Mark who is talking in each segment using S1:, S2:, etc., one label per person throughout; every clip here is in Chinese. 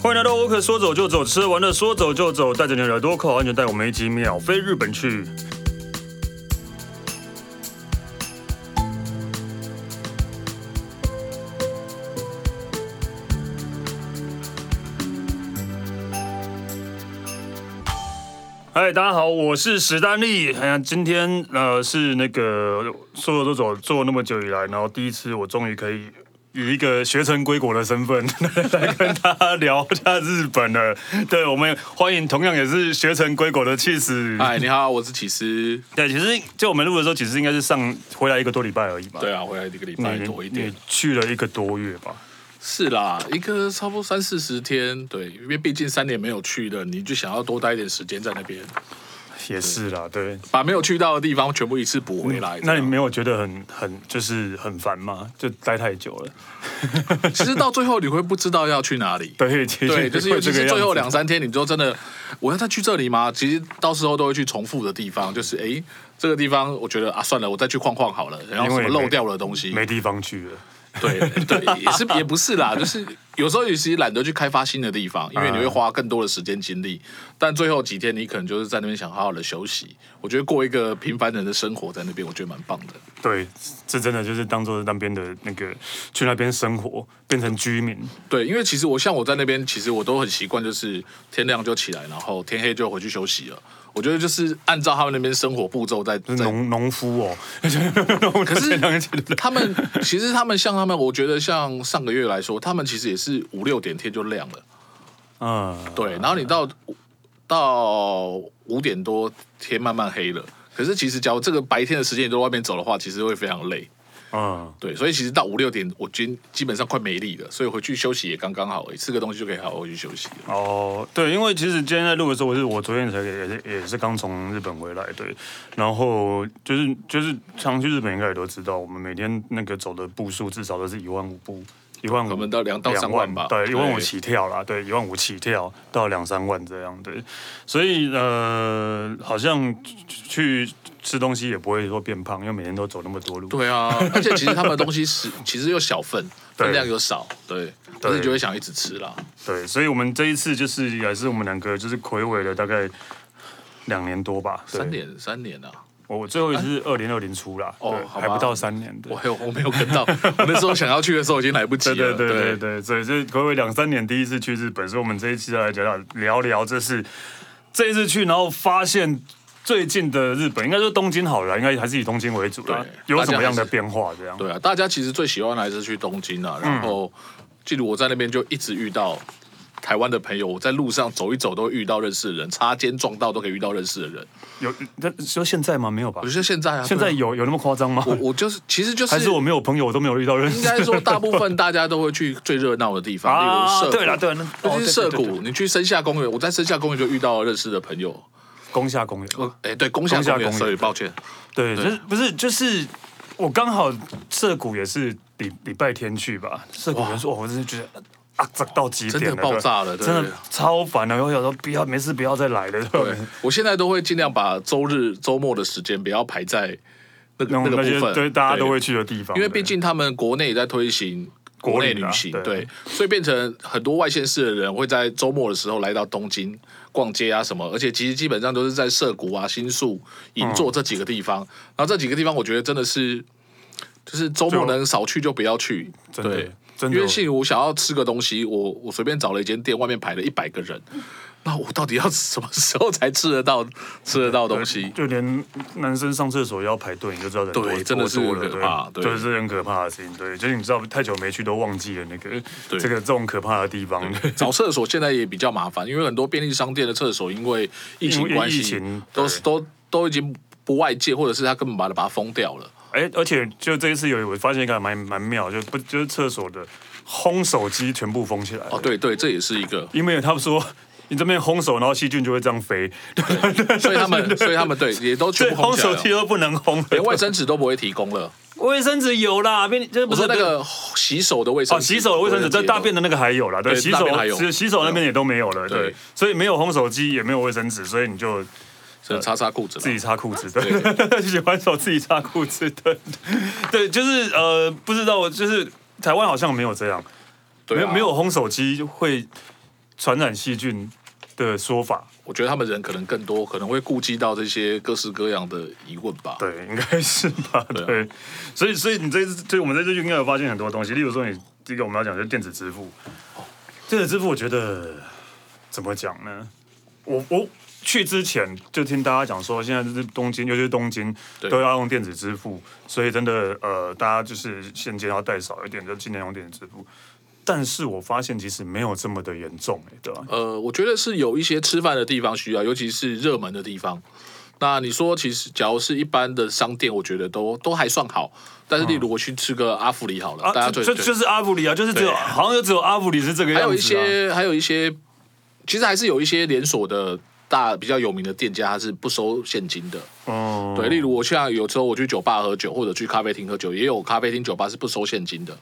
S1: 欢迎来到沃克，说走就走，吃完了说走就走，带着你的耳朵扣好安全带，我们一起秒飞日本去。嗨，大家好，我是史丹利。哎呀，今天呃是那个说走就走做那么久以来，然后第一次我终于可以以一个学成归国的身份 来跟大家聊一下日本了。对，我们欢迎同样也是学成归国的气 死。
S2: 嗨，哎你好，我是起司。
S1: 对，其实就我们录的时候，其实应该是上回来一个多礼拜而已吧。
S2: 对啊，回来一个礼
S1: 你，
S2: 拜多一点
S1: 你。去了一个多月吧？
S2: 是啦，一个差不多三四十天，对，因为毕竟三年没有去了，你就想要多待一点时间在那边，
S1: 也是啦，对。
S2: 把没有去到的地方全部一次补回来。啊
S1: 那你
S2: 这样
S1: 没有觉得很很就是很烦吗？就待太久了。
S2: 其实到最后你会不知道要去哪里。
S1: 对，其实
S2: 对，就是尤
S1: 会这
S2: 其
S1: 个
S2: 是
S1: 样
S2: 最后
S1: 子
S2: 两三天，你就真的，我要再去这里吗？其实到时候都会去重复的地方，就是诶，这个地方我觉得啊，算了，我再去晃晃好了，然后
S1: 因
S2: 什
S1: 为
S2: 么
S1: 没
S2: 漏掉了的东西，
S1: 没地方去了。
S2: 对对，也是也不是啦，就是有时候其实懒得去开发新的地方，因为你
S1: 嗯
S2: 会花更多的时间精力，但最后几天你可能就是在那边想好好的休息。我觉得过一个平凡人的生活在那边，我觉得蛮棒的。
S1: 对，这真的就是当做那边的那个去那边生活，变成居民。
S2: 对，因为其实我像我在那边，其实我都很习惯，就是天亮就起来，然后天黑就回去休息了。我觉得就是按照他们那边生活步骤在
S1: 就
S2: 在
S1: 是农农夫哦，可
S2: 可 是他们其实他们像他们，我觉得像上个月来说，他们其实也是五六点天就亮了。
S1: 嗯，
S2: 对，然后你到到五点多天慢慢黑了，可是其实假如这个白天的时间你都在外面走的话，其实会非常累。
S1: 嗯，
S2: 对，所以其实到五六点，我今基本上快没力了，所以回去休息也刚刚好而已，吃个东西就可以好好回去休息了。
S1: 哦，对，因为其实今天在录的时候，我是我昨天才也是也是刚从日本回来，对，然后就是就是常去日本应该也都知道，我们每天那个走的步数至少都是一万五步。一万五，
S2: 可能到两到三万吧
S1: 对，一万五
S2: 对
S1: 起跳啦，对，一万五起跳到两三万这样，对，所以呃，好像去吃东西也不会说变胖，因为每天都走那么多路，
S2: 对啊，而且其实他们的东西是 其实又小份，
S1: 对
S2: 分量又少，对，可是你就会想一直吃啦。
S1: 对，所以我们这一次就是也是我们两个就是魁违了大概两年多吧，对
S2: 三，年三年啊，
S1: 哦我我最后一次是二零二零出啦，
S2: 哦
S1: 对
S2: 好
S1: 还
S2: 吧
S1: 不到三年，对
S2: 我还有我没有跟到， 我那时候想要去的时候已经来不及
S1: 对对
S2: 了。
S1: 对对对，所以这魁违两三年第一次去日本，所以我们这一期来聊聊聊聊这是这一次去，然后发现。最近的日本应该说东京好了，应该还是以东京为主啦。
S2: 对
S1: 有什么样
S2: 大家
S1: 的
S2: 还是
S1: 变化？这样
S2: 对啊，大家其实最喜欢还是去东京啊。
S1: 嗯
S2: 然后，记得我在那边就一直遇到台湾的朋友，我在路上走一走都会遇到认识的人，擦肩撞到都可以遇到认识的人。
S1: 有那说现在吗？没有吧
S2: 我？觉得现在啊，
S1: 现在
S2: 对啊
S1: 有有那么夸张吗？
S2: 我我就是其实就是
S1: 还是我没有朋友，我都没有遇到认识
S2: 应
S1: 的人。
S2: 该说大部分大家都会去最热闹的地方，
S1: 啊
S2: 例如社谷。
S1: 对啦对啦那
S2: 尤其是
S1: 哦对对对
S2: 社
S1: 对
S2: 谷，你去山下公园，我在山下公园就遇到了认识的朋友。
S1: 宫下 公园吗，
S2: 我哎，对，宫下
S1: 宫下
S2: 公园，
S1: 公园
S2: sorry，抱歉。
S1: 对，就是不是就是我刚好涩谷也是礼礼拜天去吧，涩谷人说，哦我真的觉得。啊，这到极点了，
S2: 真的爆炸了
S1: 对
S2: 对
S1: 真的超烦了。然后我想说，不要，没事，不要再来了。
S2: 对，我现在都会尽量把周日、周末的时间不要排在那个
S1: 那种
S2: 个
S1: 那些
S2: 部分，
S1: 对大家都会去的地方，
S2: 因为
S1: 对
S2: 毕竟他们国内也在推行
S1: 国
S2: 国
S1: 旅啊
S2: 内旅行，
S1: 对
S2: 对，所以变成很多外县市的人会在周末的时候来到东京逛街啊什么，而且其实基本上都是在涩谷啊、新宿、银座这几个地方。然后这几个地方，我觉得真的是，就是周末
S1: 就
S2: 能少去就不要去，
S1: 真的
S2: 对。
S1: 真的
S2: 因为其实我想要吃个东西，我我随便找了一间店，外面排了一百个人，那我到底要什么时候才吃得到吃得到东西？
S1: 就连男生上厕所也要排队，你就知道人多
S2: 对
S1: 多
S2: 真的是
S1: 多
S2: 很
S1: 了
S2: 可怕
S1: 对，
S2: 对
S1: 对，是很可怕的事情。对，就是你知道太久没去都忘记了那个
S2: 对
S1: 这个这种可怕的地方。
S2: 找厕所现在也比较麻烦，因为很多便利商店的厕所因为疫
S1: 因
S2: 情
S1: 为
S2: 关
S1: 疫
S2: 系
S1: 情，
S2: 都
S1: 对
S2: 都都已经不外借，或者是他根本把它把它封掉了。
S1: 哎，而且就这一次有我发现一个还蛮蛮妙，就不就是厕所的烘手机全部封起来了，
S2: 哦，对对，这也是一个
S1: 因为他们说你这边烘手，然后细菌就会这样飞，
S2: 所以他们所以他们对也都
S1: 所
S2: 全
S1: 以
S2: 部封
S1: 烘
S2: 起来
S1: 手
S2: 了
S1: 机，都不能烘
S2: 连卫
S1: 了。
S2: 生纸都不会提供了。
S1: 卫生纸有啦，便就是
S2: 我
S1: 不
S2: 说
S1: 是
S2: 那个洗手的卫生
S1: 哦，
S2: 纸
S1: 洗手的卫生纸在大便
S2: 的
S1: 的那个还有啦，对，
S2: 对
S1: 洗
S2: 大
S1: 手
S2: 便还有
S1: 洗洗手那边也都没有了，
S2: 对
S1: 对，所以没有烘手机，也没有卫生纸，所以你就
S2: 只能擦擦裤子
S1: 自
S2: 了。
S1: 己擦裤子，对， 洗完手自己擦裤子，对，对，就是呃，不知道，就是台湾好像没有这样。
S2: 对
S1: 没
S2: 啊
S1: 有没有，烘手机会传染细菌的说法。
S2: 我觉得他们人可能更多，可能会顾及到这些各式各样的疑问吧。
S1: 对，应该是吧？
S2: 对啊
S1: 对，所以所以你这次，所以我们在这就应该有发现很多东西，例如说你第一个我们要讲就是电子支付，电子支付我觉得怎么讲呢？我我去之前就听大家讲说，现在就是东京，尤其是东京
S2: 对
S1: 都要用电子支付，所以真的呃，大家就是现金要带少一点，就尽量用电子支付。但是我发现其实没有这么的严重、欸，对吧？
S2: 呃，我觉得是有一些吃饭的地方需要，尤其是热门的地方。那你说，其实假如是一般的商店，我觉得都都还算好。但是，例如我去吃个阿芙里好了，大
S1: 嗯
S2: 家
S1: 啊就
S2: 最
S1: 就
S2: 最
S1: 就是阿布里啊，就是只有
S2: 对
S1: 好像就只有阿布里是这个样
S2: 还
S1: 子、啊，
S2: 有一些，还有一些，其实还是有一些连锁的大比较有名的店家，它是不收现金的。
S1: 哦，
S2: 对，例如我像有时候我去酒吧喝酒，或者去咖啡厅喝酒，也有咖啡厅、酒吧是不收现金的。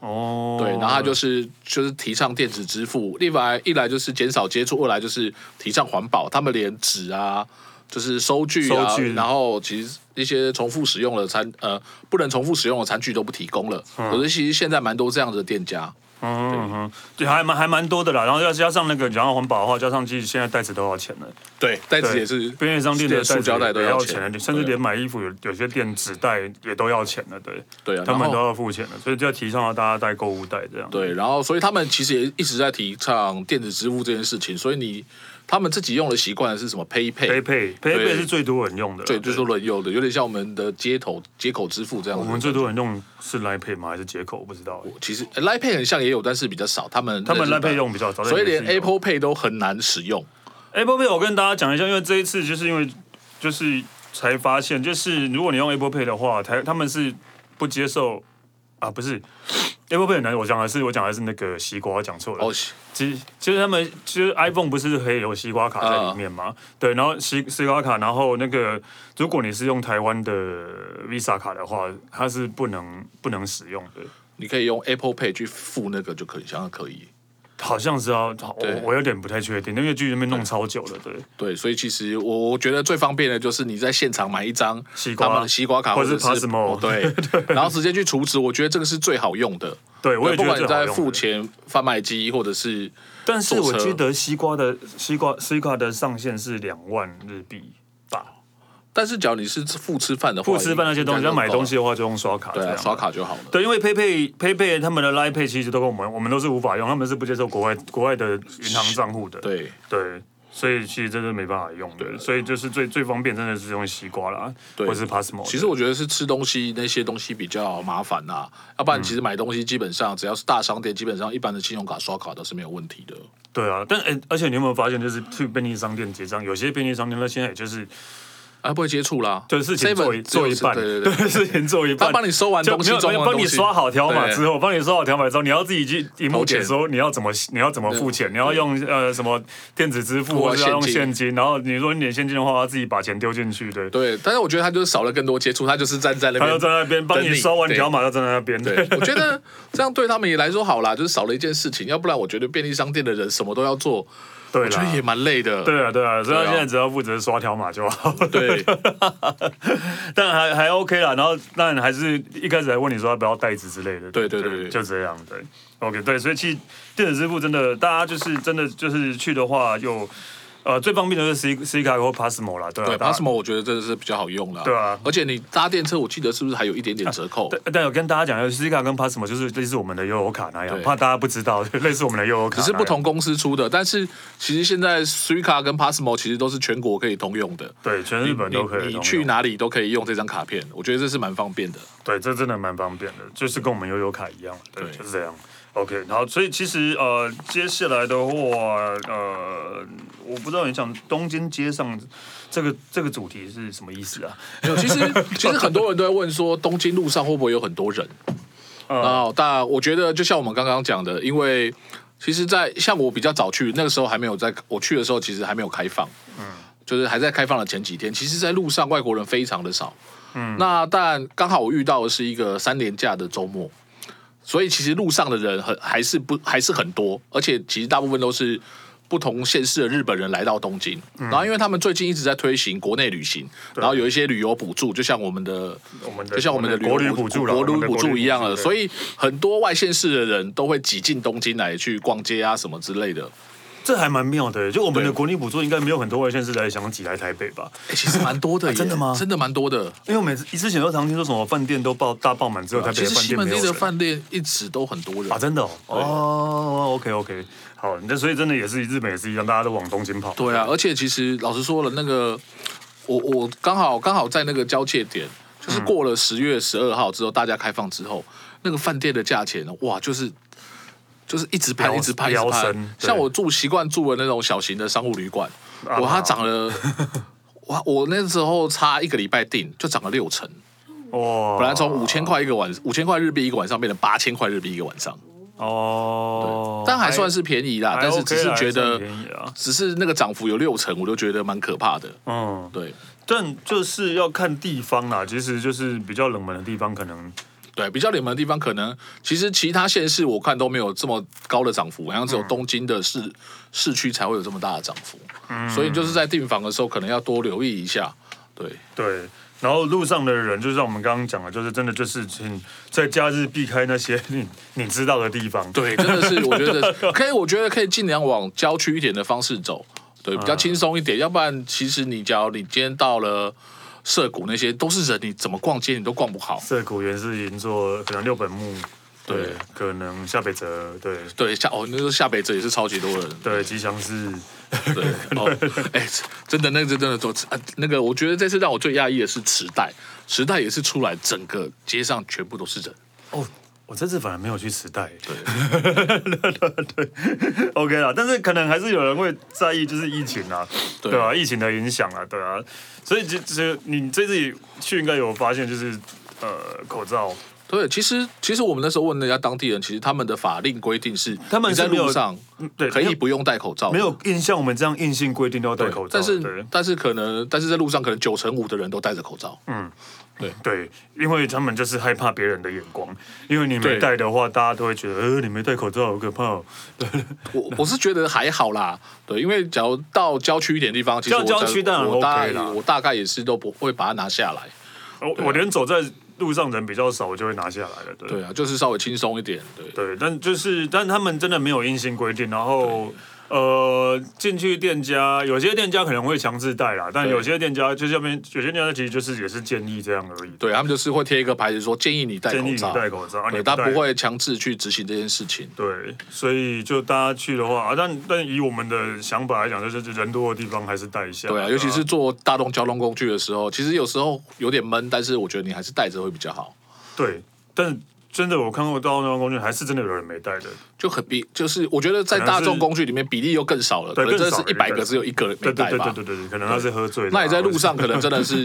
S1: 哦，
S2: 对，然后它就是就是提倡电子支付，另外一来就是减少接触，二来就是提倡环保。他们连纸啊，就是收据啊，
S1: 收据
S2: 然后其实一些重复使用的餐呃不能重复使用的餐具都不提供了。可是其实现在蛮多这样子的店家，
S1: 嗯哼，对，还蛮还蛮多的啦。然后要加上那个，然后环保的话，加上其实现在袋子都要钱了，
S2: 对，袋子
S1: 对
S2: 也是
S1: 便利商店的
S2: 塑胶袋
S1: 袋
S2: 都
S1: 子也要
S2: 钱，
S1: 了甚至
S2: 对
S1: 连买衣服有有些店纸袋也都要钱了，对，
S2: 对啊，
S1: 他们
S2: 然后
S1: 都要付钱了，所以就要提倡要大家带购物袋这样。
S2: 对，然后所以他们其实也一直在提倡电子支付这件事情，所以你他们自己用的习惯是什么？Pay Pay，
S1: ，PayPay PayPay
S2: 对
S1: 是最多人用的啦，
S2: 对，就是说轮用的，有点像我们的街头街口支付这样
S1: 我
S2: 子。
S1: 们最多人用是 Line Pay 吗？还是接口？我不知道欸，
S2: 其实呃 Line Pay 很像也有，但是比较少。他们
S1: 他们
S2: 在
S1: Line
S2: 日本
S1: Pay 用比较少，
S2: 所以
S1: 但也
S2: 连
S1: 是有
S2: Apple Pay 都很难使用。
S1: Apple Pay，我跟大家讲一下，因为这一次就是因为就是才发现，就是如果你用 Apple Pay 的话，台他们是不接受啊，不是 Apple Pay 很难，我讲的是我讲的是那个西瓜，我讲错了。
S2: 哦
S1: 哦，，其其实他们其实 iPhone 不是可以有西瓜卡在里面吗？
S2: 啊
S1: 对，然后西西瓜卡，然后那个如果你是用台湾的 Visa 卡的话，它是不能不能使用的。
S2: 你可以用 Apple Pay 去付那个就可以，想像可以。
S1: 好像是啊，
S2: 对
S1: 我我有点不太确定，因为剧那边弄超久了，对，
S2: 对，所以其实我我觉得最方便的就是你在现场买一张
S1: 西瓜
S2: 他们的西瓜卡，
S1: 或
S2: 或
S1: 者是
S2: 者
S1: Passmo
S2: 哦对， 然后直接去储值，我觉得这个是最好用的。
S1: 对我也
S2: 不
S1: 觉得最
S2: 管你
S1: 好
S2: 在
S1: 用
S2: 付
S1: 的
S2: 钱贩卖机或者是
S1: 但是我
S2: 坐车
S1: 记得西瓜的西瓜西瓜的上限是两万日币吧？
S2: 但是，假如你是付吃饭的话，
S1: 不吃饭那些东西，
S2: 应该
S1: 要
S2: 就
S1: 买
S2: 够了
S1: 东西，的话就用刷卡这
S2: 对
S1: 样。
S2: 啊，刷。卡就好了。
S1: 对，因为 PayPay PayPay 他们的 Line Pay 其实都跟我们我们都是无法用，他们是不接受国外国外的银行账户的。
S2: 对，
S1: 对，所以其实真的没办法用的，所以就是最最方便真的是用西瓜啦，
S2: 对
S1: 或者是 Passmo。
S2: 其实我觉得是吃东西那些东西比较麻烦呐、要不然其实买东西基本上只要是大商店，基本上一般的信用卡刷卡都是没有问题的。
S1: 对啊，但诶而且你有没有发现，就是去便利商店结账，有些便利商店它现在也就是
S2: 啊，不会接触啦，
S1: 就是事情
S2: 7-Eleven
S1: 做一做一
S2: 只有是
S1: 半，
S2: 对 对对，
S1: 事情做一半，
S2: 他帮你收完
S1: 就
S2: 东
S1: 没
S2: 西，
S1: 有
S2: 装
S1: 没
S2: 完
S1: 有帮
S2: 东
S1: 你
S2: 西
S1: 刷好条码
S2: 对
S1: 之后，帮你刷好条码之后，你要自己去荧幕
S2: 投钱
S1: 解说你要怎么你要怎么付钱，你要用呃什么电子支付，
S2: 或
S1: 或者要用
S2: 现金
S1: 现金，然后你说你点现金的话，要自己把钱丢进去对，
S2: 对，但是我觉得他就是少了更多接触，他就是站在那
S1: 他
S2: 边
S1: 就在那边帮
S2: 等
S1: 你刷完
S2: 对
S1: 条码，就站在那边，
S2: 对，我觉得这样对他们也来说好啦，就是少了一件事情。要不然，我觉得便利商店的人什么都要做，
S1: 对
S2: 我觉
S1: 啦
S2: 得也蛮累的。
S1: 对啊，对啊，所以他
S2: 对啊
S1: 现在只要负责刷条码就好了。
S2: 对，
S1: 但还还 OK 啦。然后但还是一开始还问你说要不要袋子之类的，
S2: 对对对对
S1: 就这样对。OK，对，所以其实电子支付真的，大家就是真的就是去的话有。呃，最方便的就是 C C 卡或 Passmo 啦， 对啊
S2: 对
S1: 大家
S2: Passmo 我觉得真的是比较好用啦。
S1: 对啊
S2: 而且你搭电车，我记得是不是还有一点点折扣？
S1: 但但有跟大家讲，C 卡跟 Passmo 就是类似我们的悠游卡那样，
S2: 对
S1: 怕大家不知道， 类似我们的悠游卡，
S2: 只是不。同公司出的，但是其实现在 Suica 跟 Passmo 其实都是全国可以通用的，
S1: 对，全日本都可以通
S2: 你
S1: 用。
S2: 你去哪里都可以用这张卡片，我觉得这是蛮方便的。
S1: 对，这真的蛮方便的，就是跟我们悠游卡一样，对，
S2: 对
S1: 就是这样。OK，好，所以其实呃，接下来的话，呃，我不知道你想东京街上这个这个主题是什么意思啊？
S2: 没有，其实其实很多人都在问说，东京路上会不会有很多人？
S1: 嗯
S2: 啊、但我觉得就像我们刚刚讲的，因为其实在，像我比较早去，那个时候还没有在，我去的时候其实还没有开放，嗯，就是还在开放的前几天，其实在路上外国人非常的少，嗯，那但刚好我遇到的是一个三连假的周末，所以其实路上的人很还是不还是很多，而且其实大部分都是不同县市的日本人来到东京，
S1: 嗯
S2: 然后因为他们最近一直在推行国内旅行，然后有一些旅游补助，就像我们的
S1: 我们的
S2: 就像我们的
S1: 国旅补助啦
S2: 国
S1: 我
S2: 旅
S1: 们的
S2: 补
S1: 国旅
S2: 助一样
S1: 补
S2: 了，
S1: 助
S2: 所以很多外县市的人都会挤进东京来去逛街啊什么之类的。
S1: 这还蛮妙的，就我们的
S2: 对
S1: 国内补助应该没有很多外县市来想挤来台北吧？
S2: 哎其实蛮多 的耶、
S1: 真的吗
S2: 真的蛮多的。
S1: 因为我每次之前都常听说什么饭店都爆大爆满之后，台北
S2: 啊其
S1: 的
S2: 实
S1: 饭
S2: 西
S1: 店
S2: 门
S1: 没
S2: 町
S1: 有
S2: 的
S1: 人
S2: 饭店一直都很多人
S1: 啊，真的哦哦，OK OK，好，那所以真的也是日本也是一样，大家都往东京跑。
S2: 对啊，而且其实老实说了，那个我我刚好刚好在那个交界点，就是过了十月十二号之后，大家开放之后，那个饭店的价钱哇，就是就是一直攀，
S1: 飙
S2: 一直攀，一直
S1: 飙
S2: 攀
S1: 升。对
S2: 像我住习惯住的那种小型的商务旅馆，
S1: 啊
S2: 我它涨了，我我那时候差一个礼拜订就涨了六成，
S1: 哇，
S2: 本来从五千块一个晚，五千块日币一个晚上变成八千块日币一个晚上，
S1: 哦，
S2: 但还算是便宜啦，
S1: 还
S2: 但是只
S1: OK
S2: 是
S1: 啦
S2: 觉
S1: 还
S2: 得
S1: 算便宜啊。
S2: 只是那个涨幅有六成，我就觉得蛮可怕的。
S1: 嗯，
S2: 对
S1: 但就是要看地方啦，其实就是比较冷门的地方，可能
S2: 对，比较冷门的地方，可能其实其他县市我看都没有这么高的涨幅，好像只有东京的市、市区才会有这么大的涨幅。所以就是在订房的时候，可能要多留意一下。对，
S1: 对。然后路上的人，就像我们刚刚讲的，就是真的就是请在假日避开那些你你知道的地方。
S2: 对，真的是我觉得可以，我觉得可以尽量往郊区一点的方式走，对，比较轻松一点。要不然，其实你假如你今天到了涩谷那些都是人，你怎么逛街你都逛不好。
S1: 涩谷原是银座，可能六本木，
S2: 对，
S1: 可能下北泽，对
S2: 对，下哦，那时候下北泽也是超级多人。
S1: 对，吉祥寺，
S2: 对，哦，哎、真的，那个真的都啊，那个，我觉得这次让我最讶异的是池袋，池袋也是出来，整个街上全部都是人。
S1: 哦，我这次反而没有去时代。
S2: 对，
S1: 对，OK 啦，但是可能还是有人会在意，就是疫情啊，
S2: 对
S1: 对啊，疫情的影响啊，对啊，所以就就你这次去应该有发现，就是呃，口罩，
S2: 对，其实其实我们那时候问人家当地人，其实他们的法令规定是，
S1: 他们
S2: 你
S1: 是
S2: 在
S1: 没
S2: 路
S1: 有
S2: 上
S1: 嗯对，
S2: 可
S1: 没
S2: 以
S1: 有
S2: 不用戴口罩，
S1: 没有印像我们这样硬性规定都要戴
S2: 对
S1: 口罩，
S2: 但
S1: 对
S2: 是但是可能，但是在路上可能九成五的人都戴着口罩。
S1: 嗯对，因为他们就是害怕别人的眼光，因为你
S2: 对
S1: 没戴的话，大家都会觉得呃，你没戴口罩好可怕、哦。
S2: 我我是觉得还好啦，对，因为假如到郊区一点地方，其实
S1: 到
S2: 我在
S1: 郊区当然
S2: 我大
S1: OK 啦
S2: 我大概也是都不会把它拿下来。
S1: 哦
S2: 啊
S1: 我我连走在路上人比较少，我就会拿下来了，对。
S2: 对啊，就是稍微轻松一点，对。
S1: 对，但就是，但他们真的没有硬性规定。然后，呃，进去店家，有些店家可能会强制带啦，但
S2: 对
S1: 有些店家就是要不然有些店家其实就是也是建议这样而已，
S2: 对他们就是会贴一个牌子说建议你戴
S1: 建议
S2: 口
S1: 你
S2: 罩，
S1: 戴口罩，啊你
S2: 对，他
S1: 戴
S2: 不。会强制去执行这件事情。
S1: 对，所以就大家去的话啊，但但以我们的想法来讲，就是人多的地方还是带一下。
S2: 对啊，尤其是坐大众交通工具的时候，其实有时候有点闷，但是我觉得你还是戴着会比较好。
S1: 对，但真的我看过到那种工具，还是真的有人没带的。
S2: 就很比，就是我觉得在
S1: 可能
S2: 大
S1: 是
S2: 众工具里面比例又更少了，可
S1: 对
S2: 能真的
S1: 更
S2: 是
S1: 少
S2: 一百
S1: 更
S2: 个
S1: 少
S2: 只有一个人没
S1: 对对
S2: 戴
S1: 对对
S2: 吧
S1: 对。对，对可能他是喝醉的啊。
S2: 那你在路上
S1: 或者
S2: 可能真的是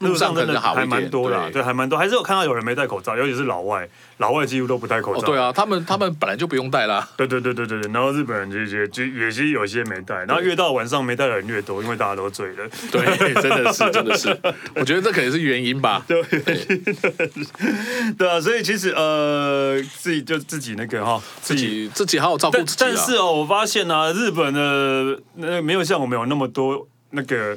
S2: 路
S1: 路上
S2: 上可
S1: 真
S2: 能
S1: 的
S2: 好
S1: 还
S2: 一点，
S1: 蛮多的，
S2: 对
S1: 对，啊还蛮多，还是有看到有人没戴口罩，尤其是老外，老外几乎都不戴口
S2: 哦
S1: 罩。
S2: 对啊，他们他们本来就不用戴啦。
S1: 对对对对对对然后日本人就也就也是有些没戴，然后越到晚上没戴的人越多，因为大家都醉了。
S2: 对， 真的是真的是，我觉得这可能是原因吧。
S1: 对啊，所以其实呃，自己就自己那个哈，自
S2: 自己自己好好照顾
S1: 但
S2: 自己
S1: 但
S2: 啊
S1: 是。哦，我发现啊，日本的那没有像我们有那么多那个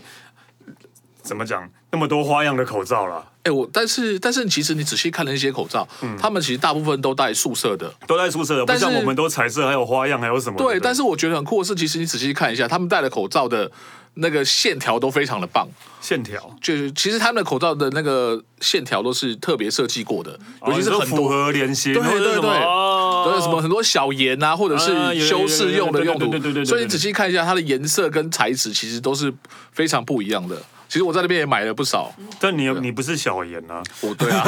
S1: 怎么讲那么多花样的口罩啦，
S2: 哎、我但是但是，其实你仔细看了一些口罩，
S1: 嗯
S2: 他们其实大部分都戴宿舍的。
S1: 都在宿舍的，不
S2: 但是
S1: 像我们都彩色，还有花样，还有什么的？
S2: 对，但是我觉得很酷的是，其实你仔细看一下，他们戴的口罩的那个线条都非常的棒。
S1: 线条。
S2: 就是其实他们的口罩的那个线条都是特别设计过的，尤其是
S1: 哦你说
S2: 很
S1: 符
S2: 多。
S1: 合连心，
S2: 对
S1: 或者
S2: 对
S1: 什么
S2: 对
S1: 哦
S2: 都有什么很多小盐啊，或者
S1: 啊有
S2: 是
S1: 有
S2: 修饰用的
S1: 有有有
S2: 用途
S1: 对对对对对，对
S2: 所以你仔细看一下它的颜色跟材质，其实都是非常不一样的。其实我在那边也买了不少，
S1: 但你你不是小严啊？
S2: 哦，对啊，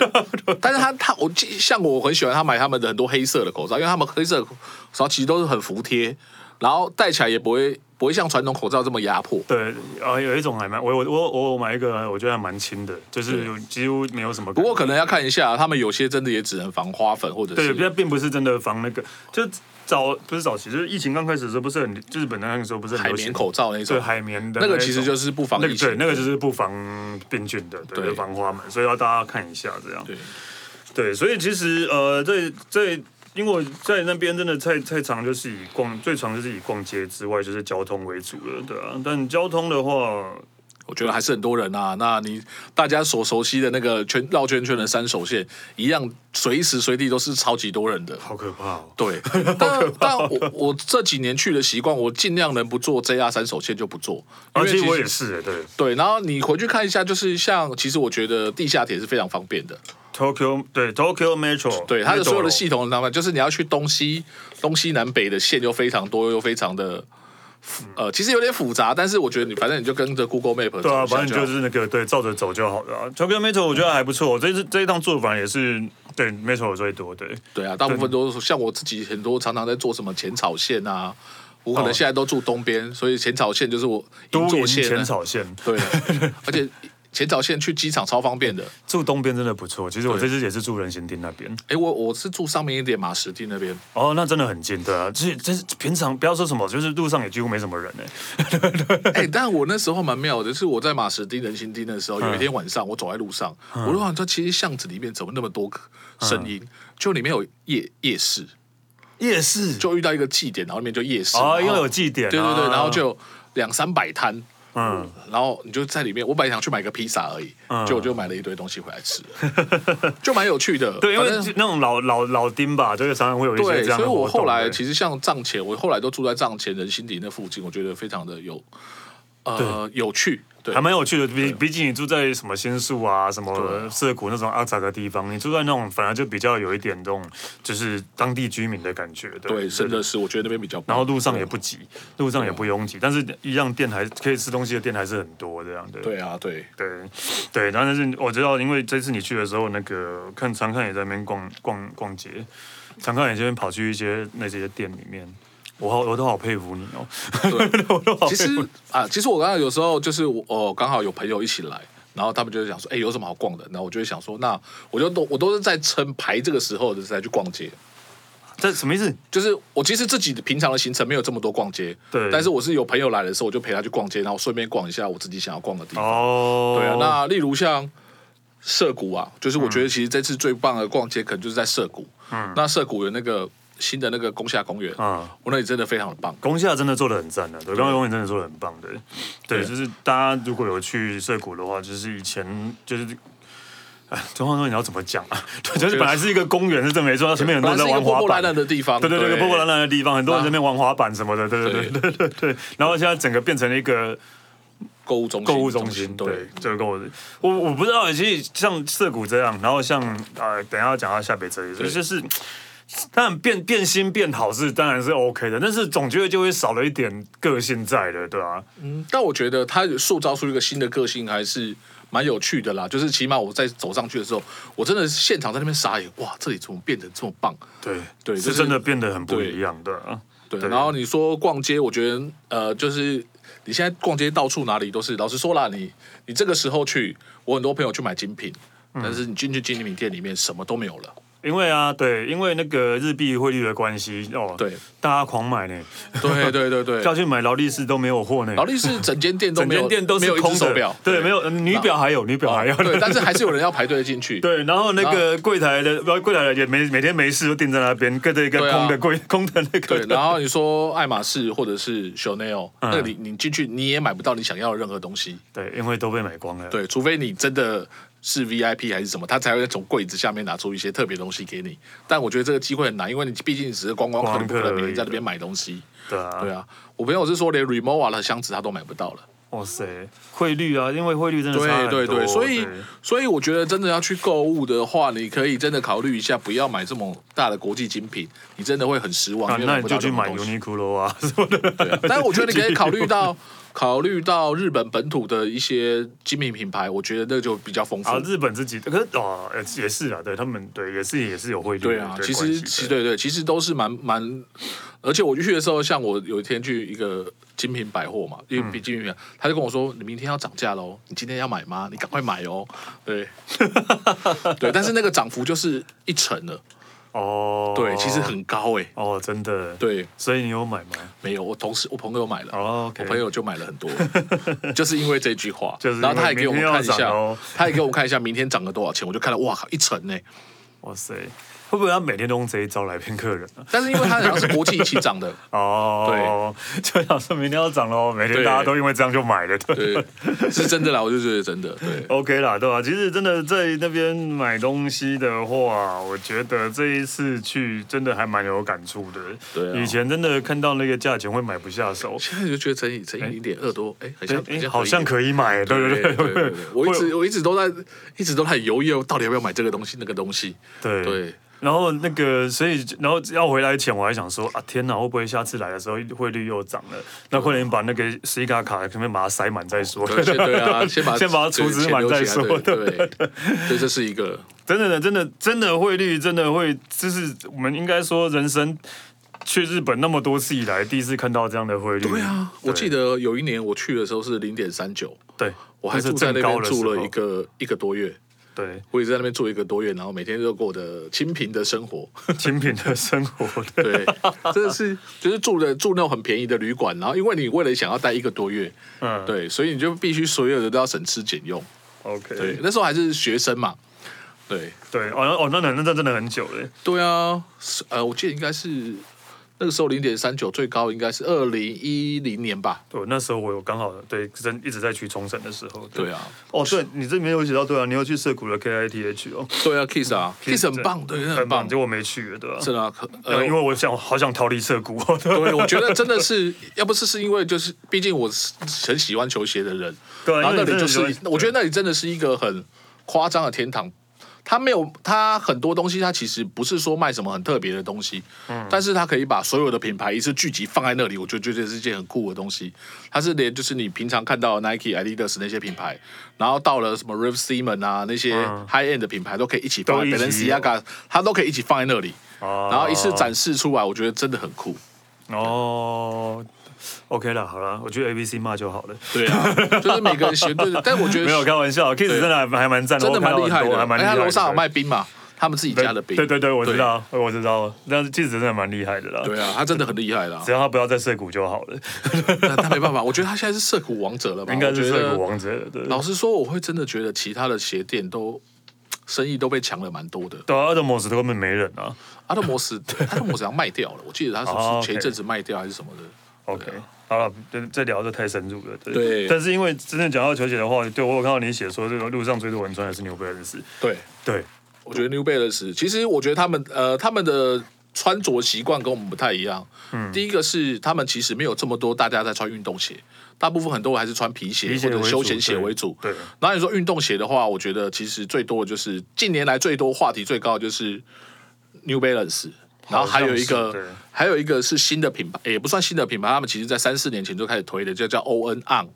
S2: 但是他他我记像我很喜欢他买他们的很多黑色的口罩，因为他们黑色的口罩其实都是很服帖，然后戴起来也不会不会像传统口罩这么压迫。
S1: 对啊，有一种还蛮我我我我我买一个，我觉得还蛮轻的，就是有几乎没有什么感觉。
S2: 不过可能要看一下，他们有些真的也只能防花粉或者
S1: 对，
S2: 是
S1: 并并不是真的防那个，就早不是早期，就是疫情刚开始的时候，不是很日本的那个时候不是很
S2: 海
S1: 流
S2: 绵
S1: 行
S2: 口罩那
S1: 对
S2: 种，
S1: 海绵的
S2: 那
S1: 一
S2: 个
S1: 种
S2: 其实就是不防
S1: 那
S2: 疫
S1: 个
S2: 情
S1: 对，。那个就是不防病菌的，对，
S2: 对
S1: 就防花嘛，所以要大家看一下这样。
S2: 对
S1: 对，所以其实呃，在在因为我在那边真的太太长，就是以逛最长就是以逛街之外，就是交通为主了，对啊。但交通的话，
S2: 我觉得还是很多人啊。那你大家所熟悉的那个圈绕圈圈的三手线，一样随时随地都是超级多人的。
S1: 好可怕哦！
S2: 对， 但但我我这几年去的习惯，我尽量能不做 JR 三手线就不做，因
S1: 而
S2: 为
S1: 且
S2: 其
S1: 我
S2: 实
S1: 也是、欸，对
S2: 对。然后你回去看一下，就是像其实我觉得地下铁是非常方便的，
S1: ，Tokyo 对 Tokyo Metro，
S2: 对它的所有的
S1: 戏。
S2: 系统，那么就是你要去东西东西南北的线又非常多，又非常的复呃，其实有点复杂，但是我觉得你反正你就跟着 Google Map
S1: 对啊，
S2: 走一下
S1: 反正
S2: 好
S1: 就是那个对，照着走就好了、啊。Tokyo Metro 我觉得还不错，我这次这一趟做反正也是对 Metro 我最多，对
S2: 对啊，大部分都是像我自己很多常常在做什么浅草线啊，我可能现在都住东边，所以浅草线就是我
S1: 哦都
S2: 银
S1: 营
S2: 座线啊
S1: 浅草线，
S2: 对， 而且浅草线去机场超方便的。
S1: 住东边真的不错。其实我这次也是住人行町那边，
S2: 哎，我我是住上面一点马石町那边，
S1: 哦，那真的很近，对啊。这这平常不要说什么，就是路上也几乎没什么人哎、
S2: 哎，但我那时候蛮妙的，就是我在马石町人行町的时
S1: 嗯
S2: 候，有一天晚上我走在路上，我就想说，其实巷子里面怎么那么多
S1: 嗯
S2: 声音？就里面有夜夜市，
S1: 夜市
S2: 就遇到一个祭典，然后里面就夜市，
S1: 哦，
S2: 然
S1: 因
S2: 后
S1: 为有祭典、啊，
S2: 对对对，然后就有两三百摊。
S1: 嗯，
S2: 然后你就在里面，我本来想去买个披萨而已，
S1: 嗯
S2: 结果就买了一堆东西回来吃， 就蛮有趣的。
S1: 对，因为
S2: 反正
S1: 那种老老老丁吧，就是常常会有一些
S2: 对，
S1: 这样
S2: 所
S1: 的
S2: 以
S1: 活动。
S2: 我后来
S1: 对
S2: 其实像藏前，我后来都住在藏前人心底那附近，我觉得非常的有呃有趣。对
S1: 还，蛮有趣的，比比起你住在什么仙树啊、什么涩谷那种阿杂的地方，你住在那种反而就比较有一点这种就是当地居民的感觉，对
S2: 对，真的啊是我觉得那边比较
S1: 然
S2: 棒。
S1: 后路上也不挤，路上也不拥挤，但是一样店还可以吃东西的店还是很多这样的。
S2: 对啊，对，
S1: 对对，然后但是我知道，因为这次你去的时候，那个看常看也在那边逛逛逛街，常看也这边跑去一些那些店里面，我好我都好佩服你哦， 我都好
S2: 其
S1: 佩服
S2: 实啊，其实我刚刚有时候就是我哦，刚好有朋友一起来，然后他们就是想说，哎，有什么好逛的？然后我就会想说，那我就都我都是在撑排这个时候的才去逛街。
S1: 这什么意思？
S2: 就是我其实自己的平常的行程没有这么多逛街，
S1: 对
S2: 但是我是有朋友来的时候，我就陪他去逛街，然后顺便逛一下我自己想要逛的地方。
S1: 哦，
S2: 对啊，那例如像涩谷啊，就是我觉得其实这次最棒的逛街可能就是在涩谷。嗯，那涩谷有那个新的那个宫下公园，哦
S1: 嗯
S2: 我那里真的非常的棒。
S1: 宫下真的做的很赞的、啊对，刚刚公园真的做的很棒的、对，
S2: 对
S1: 就是大家如果有去涩谷的话，就是以前就是。哎，东方说你要怎么讲啊？ 对，就是本来是一个公园，是真没错，前面很多人
S2: 本来
S1: 在
S2: 是一个
S1: 玩
S2: 破
S1: 滑
S2: 破
S1: 板，
S2: 烂烂的地方，
S1: 对对对，破破烂烂
S2: 烂。
S1: 的地方，很多人在那边玩滑板什么的，对对
S2: 对
S1: 对对对对。然后现在整个变成了一个
S2: 购物中心，
S1: 购物中心，对
S2: 对，，
S1: 这个购物中心，我我不知道，其实像涩谷这样，然后像呃，等一下要讲到下北泽也是，
S2: 对
S1: 就是当然变变新变好是当然是 OK 的，但是总觉得就会少了一点个性在的，对吧、
S2: 嗯但我觉得它塑造出一个新的个性还是蛮有趣的啦。就是起码我在走上去的时候，我真的现场在那边傻眼，哇，这里怎么变得这么棒？
S1: 对
S2: 对就是是
S1: 真的变得很不一样的啊。
S2: 对，
S1: 对
S2: 然后你说逛街，我觉得呃，就是你现在逛街到处哪里都是。老实说啦，你你这个时候去，我很多朋友去买精品，
S1: 嗯
S2: 但是你进去精品店里面什么都没有 了。
S1: 因为啊，对，因为那个日币汇率的关系哦，
S2: 对，
S1: 大家狂买呢，
S2: 对对对对，
S1: 要去买劳力士都没有货呢
S2: 劳，力士整间店都
S1: 整
S2: 没有，
S1: 间店都是
S2: 没有一
S1: 空
S2: 只
S1: 的，
S2: 手表，啊
S1: 对，没有呃女表还有，女表还有，
S2: 对，但是还是有人要排队进去。
S1: 对，然后那个柜台的，不柜台的也没每天没事就定在那边，跟着一个
S2: 对啊
S1: 空的柜、 空的那
S2: 对，
S1: 个。
S2: 然后你说爱马仕或者是 Chanel，、那
S1: 嗯
S2: 你你进去你也买不到你想要的任何东西，
S1: 对，因为都被买光了。
S2: 对，除非你真的是 VIP 还是什么，他才会从柜子下面拿出一些特别东西给你。但我觉得这个机会很难，因为你毕竟只是观光客，你不可能每天在那边买东西。
S1: 对啊，
S2: 对啊，我朋友是说连 Remova 的箱子他都买不到了。
S1: 哇塞，汇率啊，因为汇率真的差很
S2: 对
S1: 多。
S2: 对对，所以
S1: 对
S2: 所以我觉得真的要去购物的话，你可以真的考虑一下，不要买这么大的国际精品，你真的会很失望。
S1: 啊
S2: 因，为
S1: 那
S2: 买
S1: 你
S2: 不到
S1: 就去
S2: 这种
S1: 买
S2: 东西
S1: Uniqlo 啊 什么的。
S2: 对啊，但是我觉得你 可以考虑到考虑到日本本土的一些精品品牌，我觉得那就比较丰富。
S1: 啊，日本自己可是哦，呃也是啊，对他们对也是也是有汇率的
S2: 对啊，其
S1: 关
S2: 实
S1: 系
S2: 其
S1: 的
S2: 对对，其实都是蛮蛮，而且我去的时候，像我有一天去一个精品百货嘛，
S1: 嗯
S2: 因为比精品百货，他就跟我说，你明天要涨价喽，你今天要买吗？你赶快买哦。对， 对，但是那个涨幅就是一成了，
S1: 哦，
S2: 对，其实很高哎、
S1: 哦，真的，
S2: 对，
S1: 所以你有买吗？
S2: 没有，我同事我朋友买了。
S1: 哦，OK，
S2: 我朋友就买了很多， 就是因为这句话，
S1: 就是因为
S2: 然后他也给我们看一
S1: 明天要
S2: 下，
S1: 涨哦
S2: 欸他也给我们看一下明天涨了多少钱，我就看了，哇靠，一成呢、
S1: 哇塞，会不会他每天都用这一招来骗客人啊？
S2: 但是因为它好像是国际一起涨的，
S1: 哦，对， 就想说明天要涨喽，每天
S2: 对
S1: 大家都因为这样就买了，对。
S2: 对，是真的啦，我就觉得真的，对，
S1: OK 啦，对吧、啊其实真的在那边买东西的话，我觉得这一次去真的还蛮有感触的。
S2: 对啊
S1: 以前真的看到那个价钱会买不下手，
S2: 现在就觉得乘以乘以零点二多，哎，好像
S1: 哎、
S2: 好
S1: 好像
S2: 以一点。
S1: 可以买，对对
S2: 对
S1: 对
S2: 对对对，我一直我一直都在一直都在犹豫，到底要不要买这个东西那个东 西。
S1: 对
S2: 对，
S1: 然后那个，所以然后要回来前，我还想说啊，天哪，会不会下次来的时候汇率又涨了？那快点把那个 C 卡卡前面把它塞满再说。
S2: 对先对啊，先 把
S1: 先把它
S2: 对
S1: 储值
S2: 钱
S1: 满
S2: 留
S1: 再
S2: 起来
S1: 说
S2: 对对，对这是一个
S1: 真的，真的，真的汇率真的会，就是我们应该说人生去日本那么多次以来，第一次看到这样的汇率。
S2: 对啊，我记得有一年我去的时候是零点三九，
S1: 对，
S2: 我还
S1: 那
S2: 住
S1: 是
S2: 在
S1: 最
S2: 那
S1: 高
S2: 边
S1: 的
S2: 住
S1: 时
S2: 了
S1: 候
S2: 一个一个多月，
S1: 对
S2: 我也在那边住一个多月，然后每天都过着清贫的生活。
S1: 精品的生 活。对
S2: 对，真的是就是住的住那种很便宜的旅馆，然后因为你为了想要待一个多月，
S1: 嗯，
S2: 对，所以你就必须所有的都要省吃俭用。
S1: ，OK，
S2: 对，那时候还是学生嘛，对
S1: 对，哦那哦，那那那真的很久了。
S2: 对啊，是呃，我记得应该是那个时候零点三九最高应该是二零一零年吧。
S1: 对，那时候我有刚好对真一直在去冲绳的时候。
S2: 对啊，
S1: 哦，对你这里面有写到，对啊，你有去涩谷的 KITH 哦
S2: 对啊，Kiss 啊，Kiss 很棒，对，
S1: 很
S2: 很棒，
S1: 结果没去，对吧、
S2: 真的啊，可
S1: 呃，
S2: 呃
S1: 因为我想好想逃离涩谷，对
S2: 对，我觉得真的是，要不是是因为就是，毕竟我是很喜欢球鞋的人，
S1: 对啊
S2: 然后
S1: 因
S2: 那
S1: 为
S2: 里
S1: 你
S2: 就
S1: 真的
S2: 是
S1: 喜欢，
S2: 我觉得那里真的是一个很夸张的天堂。它没有，它很多东西，它其实不是说卖什么很特别的东西，
S1: 嗯
S2: 但是它可以把所有的品牌一次聚集放在那里，我就觉得这是一件很酷的东西。它是连就是你平常看到的 Nike、Adidas 那些品牌，然后到了什么 Ralph Simon 啊那些 high end 的品牌都可以一起放在
S1: 嗯都一起
S2: Balenciaga，它都可以一起放在那里，
S1: 哦
S2: 然后一次展示出来，我觉得真的很酷。
S1: 哦。OK 了，好了，我去 ABC 骂就好了。
S2: 对 啊，就是每个人喜欢，对，但我觉
S1: 没有
S2: 得
S1: 开玩笑，Kiss 真的还还蛮赞
S2: 真的蛮厉害
S1: 我看到很多
S2: 的。
S1: 还蛮厉
S2: 哎
S1: 害
S2: 他
S1: 的。
S2: 楼上有卖冰嘛，他们自己
S1: 对
S2: 家的冰。
S1: 对对对，我知。道，我知道，但是 Kiss 真的蛮厉害的啦。
S2: 对啊，他真的很厉害啦
S1: 只。要他不要在涩谷就好 了，
S2: 但他没办法，我觉得他现在是涩谷王者了吧？
S1: 应该是
S2: 我觉得
S1: 涩谷王者了。对，
S2: 老实说，我会真的觉得其他的鞋店都生意都被抢了蛮多的。
S1: 对啊，阿德莫斯根本没人啊。
S2: 阿特 摩斯，阿特摩斯要卖掉了，我记得他是
S1: 哦
S2: 不是
S1: OK
S2: 前一阵子卖掉还是什么的？
S1: OK，好了，这这聊的太深入了。对
S2: 啊对
S1: 但是因为真正讲到球鞋的话，对我有看到你写说，这个路上最多人穿的是牛贝尔斯。
S2: 对，
S1: 对，
S2: 我觉得 New Balance，其实我觉得他们呃他们的穿着习惯跟我们不太一样。嗯，第一个是他们其实没有这么多大家在穿运动鞋，大部分很多还是穿皮鞋
S1: 皮鞋
S2: 或者
S1: 为
S2: 休
S1: 主
S2: 闲鞋
S1: 对
S2: 为主。
S1: 对
S2: 然后你说运动鞋的话，我觉得其实最多的就是近年来最多话题最高的就是 New Balance。然后还有一
S1: 好像是对
S2: 个，还有一个是新的品牌，也不算新的品牌，他们其实在三四年前就开始推的，就叫 O N On，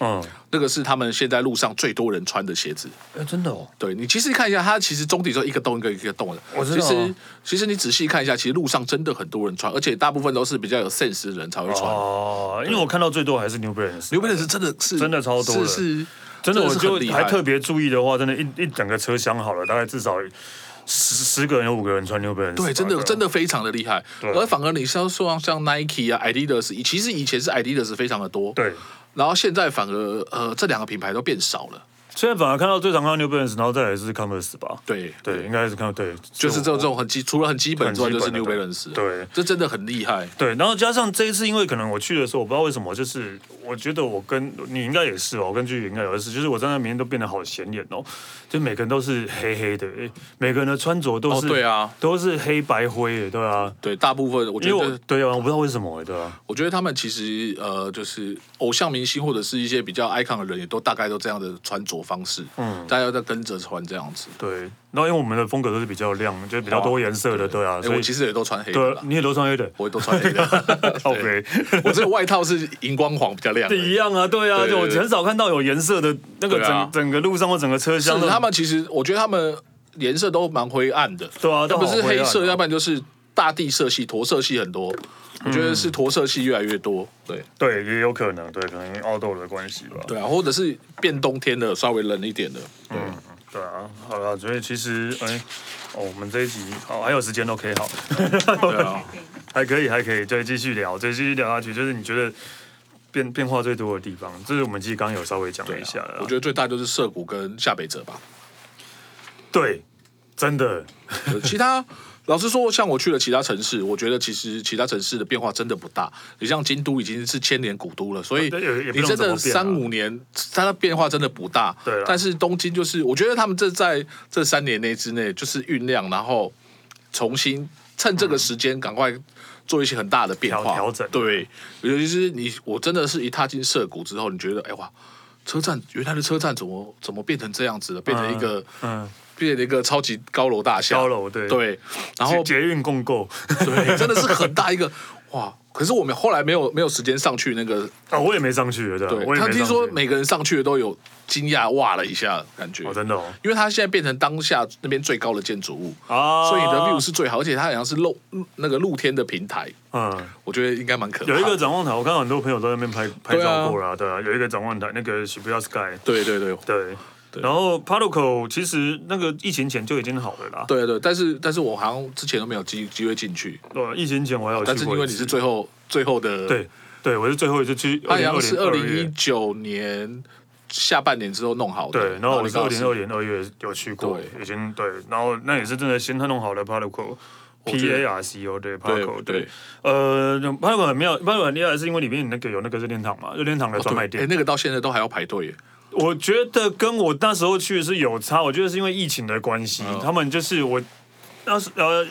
S1: 嗯，
S2: 那个是他们现在路上最多人呃穿的鞋子。
S1: 哎，真的哦，
S2: 对你其实看一下，它其实中底就一个洞一个一个洞的。
S1: 我知道啊
S2: 其实其实你仔细看一下，其实路上真的很多人穿，而且大部分都是比较有 sense 的人才会穿。
S1: 哦，因为我看到最多还是牛贝尔斯。
S2: 牛贝勒斯真的是
S1: 真的超多的
S2: 是是，
S1: 真的，我
S2: 是很
S1: 就
S2: 厉害
S1: 还特别注意的话，真的，一一整个车厢好了，大概至少十十个人有五个人穿牛贝尔斯吧。
S2: 对，真的真
S1: 的，
S2: 的非常的厉害。而反而你像说像 Nike 啊、Adidas，其实以前是 Adidas 非常的多，
S1: 对。
S2: 然后现在反而呃这两个品牌都变少了。
S1: 现在反而看到最常看到牛贝尔斯，然后再来是 Converse 吧。
S2: 对，
S1: 对，应该是看到对，
S2: 就是这种这种很基，除了很基本之外，
S1: 很基
S2: 就是
S1: 本的
S2: New Balance。
S1: 对
S2: 这真的很厉害。
S1: 对，然后加上这一次，因为可能我去的时候，我不知道为什么，就是我觉得我跟你应该也是哦，我跟剧应该也是，就是我站在那边都变得好显眼哦，就每个人都是黑黑的，诶每个人的穿着都是、
S2: 哦对啊，
S1: 都是黑白灰的，对啊，
S2: 对，大部分我觉
S1: 因为
S2: 得
S1: 我对啊，我不知道为什么，对啊，
S2: 我觉得他们其实呃，就是偶像明星或者是一些比较 icon 的人，也都大概都这样的穿着方式，嗯，大家都跟着穿这样子。
S1: 对，然后因为我们的风格都是比较亮，就是比较多颜色的，对啊，
S2: 哎，
S1: 所
S2: 我
S1: 以
S2: 其实也都穿黑的
S1: 对啊
S2: 啦，，
S1: 你也都穿黑的，
S2: 我也都穿黑
S1: 靠
S2: 的。对
S1: 北。
S2: 我这个外套是荧光黄，比较亮而
S1: 一
S2: 已。
S1: 样 啊，对啊，
S2: 对
S1: 就我
S2: 对对
S1: 很少看到有颜色的那个
S2: 对
S1: 整、
S2: 啊
S1: 整个路上或整个车厢
S2: 像
S1: 都，
S2: 他们其实，我觉得他们颜色都蛮灰暗的，
S1: 对啊，
S2: 要
S1: 都
S2: 不
S1: 好
S2: 是
S1: 灰
S2: 黑
S1: 暗
S2: 色，
S1: 哦
S2: 要不然就是大地色系、驼色系很多。
S1: 嗯
S2: 我觉得是驼色系越来越多，对
S1: 对，也有可能，对，可能因为澳豆的关系吧。
S2: 对啊，或者是变冬天的，稍微冷一点的。
S1: 嗯，对啊，好了，所以其实，哎、哦，我们这一集哦还有时间，OK，好，
S2: 对啊，
S1: 还可以，还可以，对，继续聊，对，继续聊下去，就是你觉得变变化最多的地方，这是我们其实刚刚有稍微讲了
S2: 对
S1: 一下
S2: 啊
S1: 了，，
S2: 我觉得最大就是涩谷跟下北泽吧。
S1: 对，真的，
S2: 其他老实说，像我去了其他城市，我觉得其实其他城市的变化真的不大。你像京都已经是千年古都了，所以
S1: 啊对也也不
S2: 你
S1: 用
S2: 真
S1: 怎
S2: 的
S1: 么变啊
S2: 三五年，它的变化真的不大。
S1: 对啊啦
S2: 但是东京就是，我觉得他们这在这三年内之内就是酝酿，然后重新趁这个时间赶快做一些很大的变化
S1: 嗯调调整
S2: 对，尤其是你，我真的是一踏进涩谷之后，你觉得哎哇，车站原来的车站怎么怎么变成这样子了？变成一个、
S1: 嗯，
S2: 变成一个超级高楼大厦。
S1: 高楼对，
S2: 对，然后
S1: 捷捷运共购，
S2: 对， 真的是很大一个哇！可是我们后来没有没有时间上去那个，
S1: 啊，我也没上去，对啊，
S2: 对
S1: 我也
S2: 他
S1: 没上去
S2: 听说每个人上去的都有惊讶哇了一下感觉，
S1: 哦，真的哦，
S2: 因为它现在变成当下那边最高的建筑物，
S1: 啊，
S2: 所以你的 view 是最好，而且它好像是露那个露天的平台，
S1: 嗯，
S2: 我觉得应该蛮可怕的。
S1: 有一个展望台，我看到很多朋友都在那边拍拍
S2: 对啊
S1: 照过啦，对啊，有一个展望台，那个 Shibuya Sky，
S2: 对对对
S1: 对，然后 Paduco 其实那个疫情前就已经好了啦，
S2: 对对，但是但是我好像之前都没有机机会进去，
S1: 对，啊疫情前我还有
S2: 但
S1: 去
S2: 是
S1: 过
S2: 因
S1: 一次，
S2: 为你是最啊后最后的，，
S1: 对对，我是最后一次去，
S2: 它好像是二
S1: 2020
S2: 零一
S1: 月
S2: 九年下半年之后弄好的，
S1: 对，然后我是
S2: 刚
S1: 二
S2: 好是
S1: 零二年二月有去过，
S2: 对
S1: 已经对，然后那也是真的先弄好了 Particle。P
S2: 觉
S1: A R C O 对 p a r
S2: 对
S1: c o
S2: 对
S1: 对，呃 p a r c o 很妙 p a r c o 很厉害，是因为里面那个有那个热电厂嘛，热电厂的专卖
S2: 哎、
S1: 店。
S2: 那个到现在都还要排队耶。
S1: 我觉得跟我那时候去是有差，我觉得是因为疫情的关系，
S2: 哦
S1: 他们就是我那时呃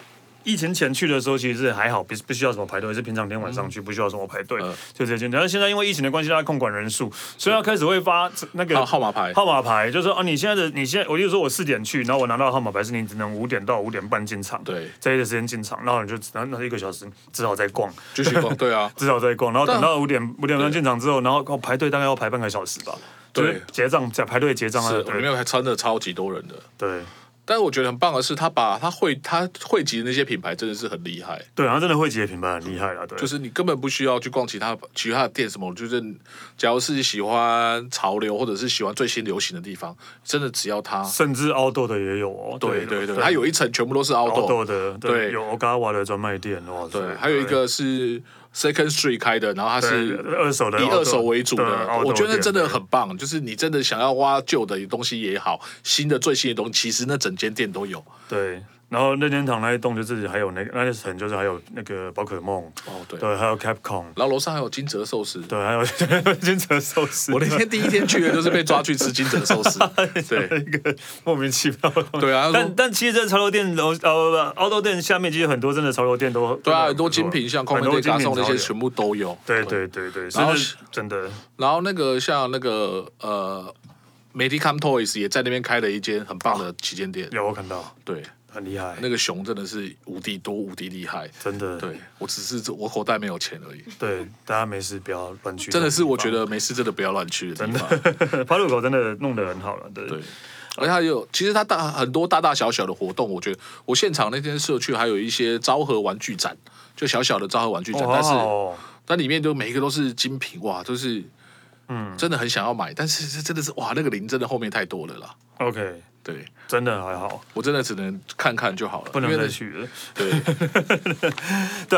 S1: 疫情前去的时候其实是还好，不不需要什么排队，是平常天晚上去不需要什么排队，
S2: 嗯
S1: 就直接进。但是现在因为疫情的关系，它控管人数，所以它开始会发那个
S2: 号号码牌
S1: 号码牌，就是说啊你现在的你现在，我就说我四点去，然后我拿到号码牌是你只能五点到五点半进场，
S2: 对
S1: 这一个时间进场，然后你就只能那一个小时只好再逛。
S2: 继续 逛，对啊，
S1: 至少在逛，然后
S2: 但
S1: 等到五点五点半进场之后，然后哦排队大概要排半个小时吧，就
S2: 对
S1: 是结账在排队结账啊
S2: 是，里
S1: 对
S2: 面还穿的超级多人的。
S1: 对
S2: 但是我觉得很棒的是，他把他汇他汇集的那些品牌真的是很厉害，
S1: 对，然后真的会结品牌很厉害啦，啊对，
S2: 就是你根本不需要去逛其他其他的店什么，就是假如是喜欢潮流或者是喜欢最新流行的地方，真的只要他，
S1: 甚至凹豆的也有哦，
S2: 对对对，它有一层全部都是 outdoor，
S1: 凹豆的，
S2: 对
S1: 对，有 Ogawa 的专卖店哇塞，
S2: 对，还有一个是 Second Street 开的，然后它
S1: 对
S2: 是
S1: 对二手的
S2: 以
S1: outdoor，
S2: 二手为主
S1: 对啊
S2: 的，
S1: outdoor
S2: 我觉得
S1: 店
S2: 真的
S1: 对
S2: 很棒。就是你真的想要挖旧的东西也好，新的最新的东西，其实那整间店都有。
S1: 对。然后任天堂那一栋就是还有那个那一层就是还有那个宝可梦，
S2: 哦，对。
S1: 对，还有 Capcom，
S2: 然后楼上还有金泽寿司，
S1: 对，还有 金蛇寿司，
S2: 我那天第一天去的就是被抓去吃金泽寿司。 对，
S1: 一个莫名其妙的东西。
S2: 对啊他说
S1: 但但其实，在潮流店楼呃不不凹豆店下面，其实很多真的潮流店都
S2: 对啊，
S1: 真的
S2: 很多精
S1: 不错
S2: 品像空
S1: 很
S2: 门
S1: 多
S2: 店、
S1: 精
S2: 嘎
S1: 品
S2: 送那
S1: 潮
S2: 些
S1: 流
S2: 全部都有。
S1: 对对对对，
S2: 然
S1: 真
S2: 后
S1: 的真的
S2: 然后那个像那个呃。Medicom Toys 也在那边开了一间很棒的旗舰店，
S1: 有我看到，
S2: 对，
S1: 很厉害，
S2: 那个熊真的是无敌多、无敌厉害，
S1: 真的
S2: 对我只是我口袋没有钱而已，
S1: 对，大家没事不要乱去，
S2: 真的是我觉得没事真的不要乱去的地方。
S1: 八路口真的弄得很好了，对
S2: 对，而且它有其实它大很多大大小小的活动，我觉得我现场那天社区还有一些昭和玩具展，就小小的昭和玩具展，
S1: 哦
S2: 但
S1: 好好
S2: 是
S1: 哦
S2: 但里面就每一个都是精品哇，就是嗯真的很想要买，但是真的是哇那个零真的后面太多了啦，
S1: OK，
S2: 对
S1: 真的还好，
S2: 我真的只能看看就好了，
S1: 不能
S2: 因为
S1: 再
S2: 那
S1: 去了。
S2: 对
S1: 对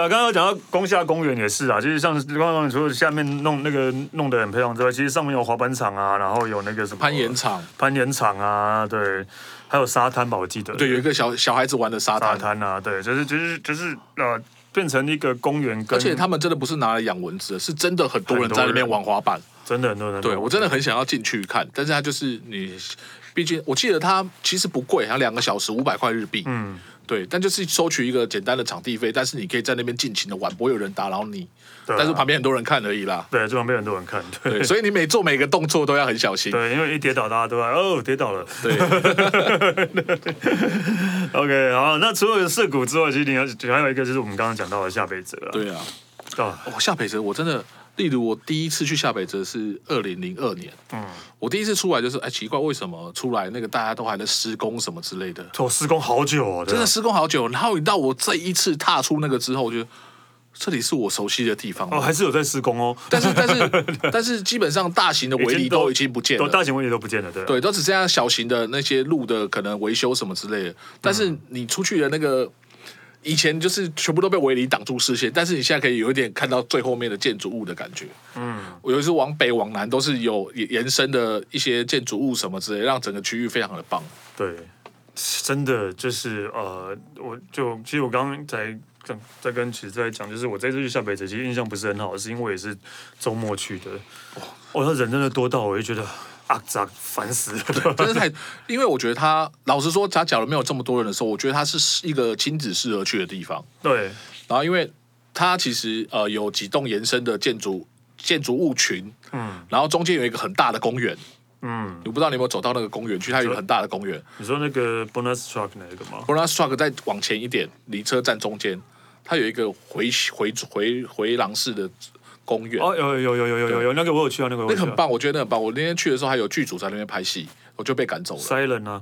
S1: 啊，刚刚有讲到宫下公园也是啊，就是像刚刚你说的下面弄那个弄得很漂亮之外，其实上面有滑板场啊，然后有那个什么
S2: 攀岩 场，
S1: 攀岩场啊，对，还有沙滩吧，我记得
S2: 对有一个小小孩子玩的沙
S1: 沙
S2: 滩。
S1: 滩啊，对，就是就是就是呃，变成一个公园跟，
S2: 而且他们真的不是拿来养蚊子的，是真的很多人
S1: 很多
S2: 在那边
S1: 人
S2: 玩滑板。
S1: 真的很多人
S2: 对我真的很想要进去看，但是它就是你，毕竟我记得它其实不贵，它两个小时五百块日币。
S1: 嗯，
S2: 对，但就是收取一个简单的场地费，但是你可以在那边尽情的玩，不会有人打扰你。
S1: 对啊
S2: 但是旁边很多人看而已啦。
S1: 对，这旁边很多人看，对
S2: 对，所以你每做每个动作都要很小心。
S1: 对，因为一跌倒大家都在哦跌倒了。
S2: 对，
S1: OK，好，那除了涩谷之外，其实你还还有一个就是我们刚刚讲到的下北泽啊，
S2: 对啊。
S1: 啊，
S2: 哦，下北泽我真的，例如我第一次去下北泽是二零零二年，嗯，我第一次出来就是，哎，奇怪，为什么出来那个大家都还在施工什么之类的，
S1: 我施工好久哦，真
S2: 真的施工好久。然后你到我这一次踏出那个之后，我觉得这里是我熟悉的地方
S1: 哦，还是有在施工哦，
S2: 但是但 是但是基本上大型的围篱都已经不见
S1: 都大
S2: 了。
S1: 型问题都不见了，对啊
S2: 对，都只剩下小型的那些路的可能维修什么之类的。但是你出去的那个，以前就是全部都被围篱挡住视线，但是你现在可以有一点看到最后面的建筑物的感觉。嗯，我有一次往北往南都是有延延伸的一些建筑物什么之类的，让整个区域非常的棒。
S1: 对。真的就是呃，我就其实我刚刚才在在跟池子在讲，就是我这次去下北子，其实印象不是很好，是因为也是周末去的。哦，那人真的多到我就觉得啊，脏，烦死了。
S2: 真的太，因为我觉得他老实说，他假如没有这么多人的时候，我觉得他是一个亲子适合去的地方。
S1: 对，
S2: 然后因为它其实呃有几栋延伸的建筑建筑物群，嗯，然后中间有一个很大的公园，
S1: 嗯，
S2: 我不知道你有没有走到那个公园去，它有一个很大的公园。
S1: 你说那个 bonus truck 那个吗？
S2: b o n a s t r u c k 再往前一点，离车站中间，它有一个回回回回廊式的公园。
S1: 哦，有有有有有有有那个我有去啊，那个我
S2: 那
S1: 有
S2: 个
S1: 去啊
S2: 很棒，我觉得那个很棒。我那天去的时候，还有剧组在那边拍戏，我就被赶走了，
S1: ，silent 啊，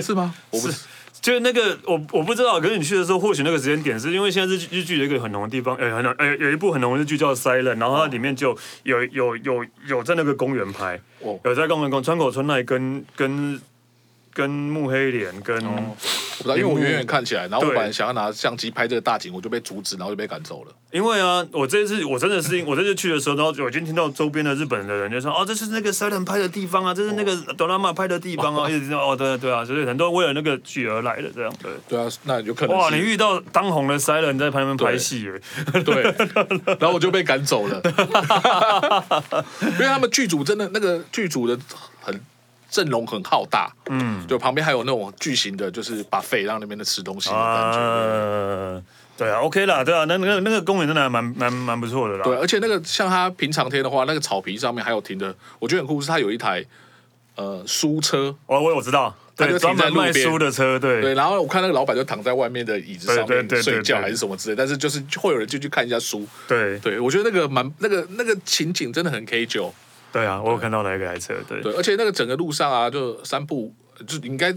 S2: 是吗？我不是，
S1: 就是那个我我不知道，可是你去的时候，或许那个时间点是因为现在日剧日剧有一个很红的地方，哎、很红，哎、有一部很红的日剧叫《Silent》，然后它里面就有有有有在那个公园拍，
S2: 哦
S1: 有在公园公川口春奈跟跟跟木黑莲跟、
S2: 哦我不知道，因为我远远看起来，然后我
S1: 对
S2: 本来想要拿相机拍这个大景，我就被阻止，然后就被赶走了。
S1: 因为啊，我这次我真的是我这次去的时候，然后我已经听到周边的日本的人就说，哦，这是那个 Silent 拍的地方啊，这是那个 Dorama 拍的地方啊，一直知道哦，对对啊，所以很多人为了那个剧而来的这样，对。
S2: 对啊，那有可能
S1: 哇，
S2: 是
S1: 你遇到当红的 Silent 在旁边拍戏耶，
S2: 对，然后我就被赶走了，因为他们剧组真的那个剧组的很阵容很浩大，嗯，就旁边还有那种巨型的，就是把肺让那边的吃东西的感觉。
S1: 啊，对啊，OK 啦，对啊，那那个那个公园真的还蛮蛮蛮不错的啦。
S2: 对，啊而且那个像他平常天的话，那个草皮上面还有停的，我觉得很酷，是他有一台呃书车，
S1: 我我我知道，
S2: 它
S1: 对，
S2: 就
S1: 专
S2: 停在
S1: 门
S2: 路边
S1: 卖书的车，
S2: 对，
S1: 对，
S2: 然后我看那个老板就躺在外面的椅子上
S1: 对对
S2: 面
S1: 对对
S2: 睡觉
S1: 对
S2: 还是什么之类，但是就是会有人进去看一下书，
S1: 对
S2: 对我觉得那个蛮那个那个情景真的很 K 九。
S1: 对啊，我有看到那个台车，对，
S2: 对，而且那个整个路上啊，就散步，就应该，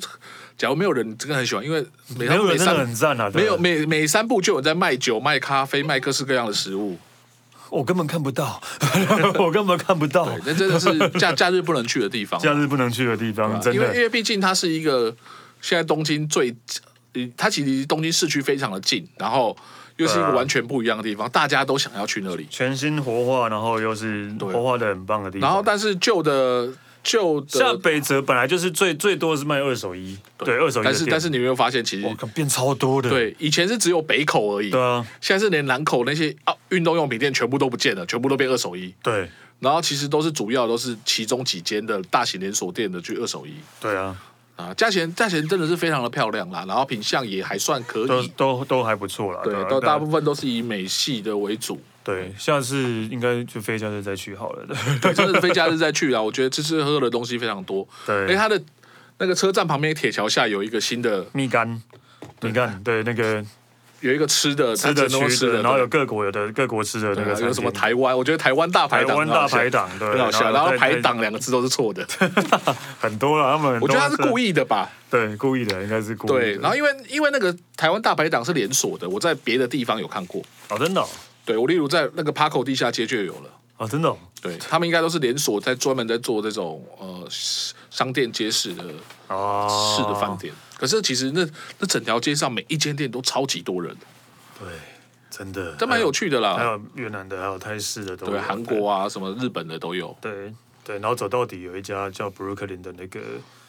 S2: 假如没有人真的很喜欢，因为每
S1: 没有
S2: 每
S1: 人真的
S2: 三
S1: 很赞啊，对
S2: 没有每每三步就有人在卖酒、卖咖啡、卖各式各样的食物，
S1: 我根本看不到， 我根本看不到，
S2: 对那真的是假假日不能去 的地方啊，
S1: 假日不能去的地方，真
S2: 因为因
S1: 的，
S2: 为毕竟它是一个现在东京最，呃它其实离东京市区非常的近，然后又是一个
S1: 对啊
S2: 完全不一样的地方，大家都想要去那里，
S1: 全新活化，然后又是活化的很棒的地方。
S2: 然后但是旧的旧
S1: 像
S2: 的。
S1: 北泽本来就是最最多是卖二手衣，对，二手衣的
S2: 但
S1: 店，
S2: 是但是你有没有发现，其实
S1: 我靠变超多的，
S2: 对以前是只有北口而已，
S1: 对啊，
S2: 现在是连南口那些啊运动用品店全部都不见了，全部都变二手衣。
S1: 对
S2: 然后其实都是主要都是其中几间的大型连锁店的去二手衣
S1: 对啊，
S2: 啊，价钱价钱真的是非常的漂亮啦，然后品相也还算可
S1: 都
S2: 以，
S1: 都都还不错啦，
S2: 对
S1: 啊，
S2: 都
S1: 对啊
S2: 大部分都是以美系的为主，
S1: 对，下次应该就飞下次再去好 了。对，
S2: 对，真的是非假日再去啊，我觉得吃吃喝喝的东西非常多，
S1: 对
S2: 因为它的那个车站旁边铁桥下有一个新的
S1: 蜜柑，蜜柑，对，那个
S2: 有一个吃的
S1: 吃的
S2: 它只能
S1: 区
S2: 够吃
S1: 的，然后有
S2: 对
S1: 各国有的各国吃的那
S2: 对
S1: 个
S2: 啊
S1: 餐
S2: 有什么
S1: 厅
S2: 台湾，我觉得台湾大排
S1: 台
S2: 档
S1: 湾
S2: 很好
S1: 大
S2: 笑
S1: 排档，对，
S2: 很好笑，然后
S1: 对
S2: 排
S1: 对
S2: 档两个字都是错的，
S1: 很多了，他们很
S2: 我觉得他是
S1: 多
S2: 故，意嗯的吧。
S1: 对，故意的，应该是故意的。
S2: 对，然后因为因为那个台湾大排档是连锁的，我在别的地方有看过。
S1: 哦，真的哦，
S2: 对我例如在那个 Paco 地下街就有了。
S1: 哦，真的哦，
S2: 对他们应该都是连锁，在专门在做这种呃商店街式的
S1: 哦，
S2: 式的饭，店。可是其实那那整条街上每一间店都超级多人，
S1: 对，真的，
S2: 这蛮有趣的
S1: 还有。还
S2: 啦。
S1: 有越南的，还有泰式的，都
S2: 对，
S1: 有
S2: 韩，国啊，什么日本的都有。
S1: 对对，然后走到底有一家叫 Brooklyn 的那个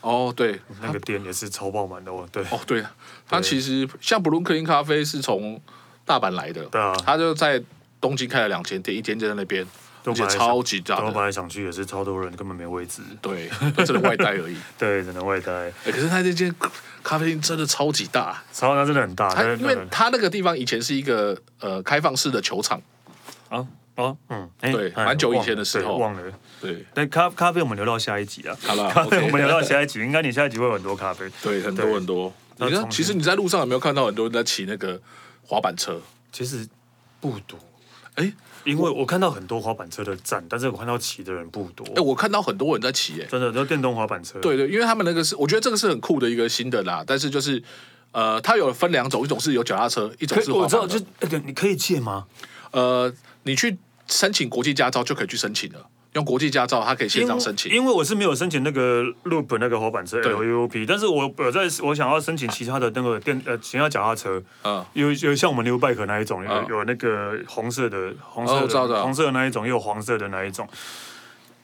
S2: 哦，对，
S1: 那个店也是超爆满的哦，对，
S2: 哦，对，它其实像布鲁克林咖啡是从大阪来的，
S1: 对啊
S2: 它就在东京开了两间店，一间就在那边，
S1: 都
S2: 而且
S1: 本来
S2: 超
S1: 想
S2: 级大
S1: 对我
S2: 的
S1: 本。来想去也是超多人，根本没位置。
S2: 对，都只能外带而已。
S1: 对，只能外带。
S2: 欸可是他这间咖啡厅真的超级大，
S1: 超它真的很大，
S2: 他
S1: 它
S2: 哎因为他那个地方以前是一个呃开放式的球场，
S1: 啊啊嗯，哎
S2: 对
S1: 哎
S2: 蛮久以
S1: 忘了
S2: 前的时
S1: 对
S2: 候
S1: 忘了。
S2: 对
S1: 但咖咖啡我们留到下一集啊，
S2: 好啦
S1: 咖啡
S2: OK
S1: 我们留到下一集，应该你下一集会有很多咖啡。
S2: 对，很多
S1: 对
S2: 很多。
S1: 那
S2: 你看，
S1: 重
S2: 其实你在路上有没有看到很多人在骑那个滑板车？
S1: 其实不多，
S2: 哎
S1: 因为我看到很多滑板车的站，但是我看到骑的人不多。
S2: 哎，我看到很多人在骑，哎，
S1: 真的，就电动滑板车。
S2: 对对，因为他们那个是，我觉得这个是很酷的一个新的啦，但是就是。呃，它有分两种，一种是有脚踏车，一种
S1: 可以，
S2: 是滑
S1: 我
S2: 板
S1: 知
S2: 的。
S1: 道，就哎对你可以借吗？
S2: 呃，你去申请国际驾照就可以去申请了，用国际驾照，它可以现
S1: 因
S2: 场
S1: 为
S2: 申请。
S1: 因为我是没有申请那个 Loop 那个滑板车
S2: 对
S1: LUP，但是我有在我想要申请其他的那个电呃其他脚踏车，
S2: 嗯
S1: 有有像我们 New Bike 那一种，
S2: 嗯
S1: 有有那个红色的红色
S2: 哦我知道知
S1: 的
S2: 道
S1: 红色的那一种，也有黄色的那一种。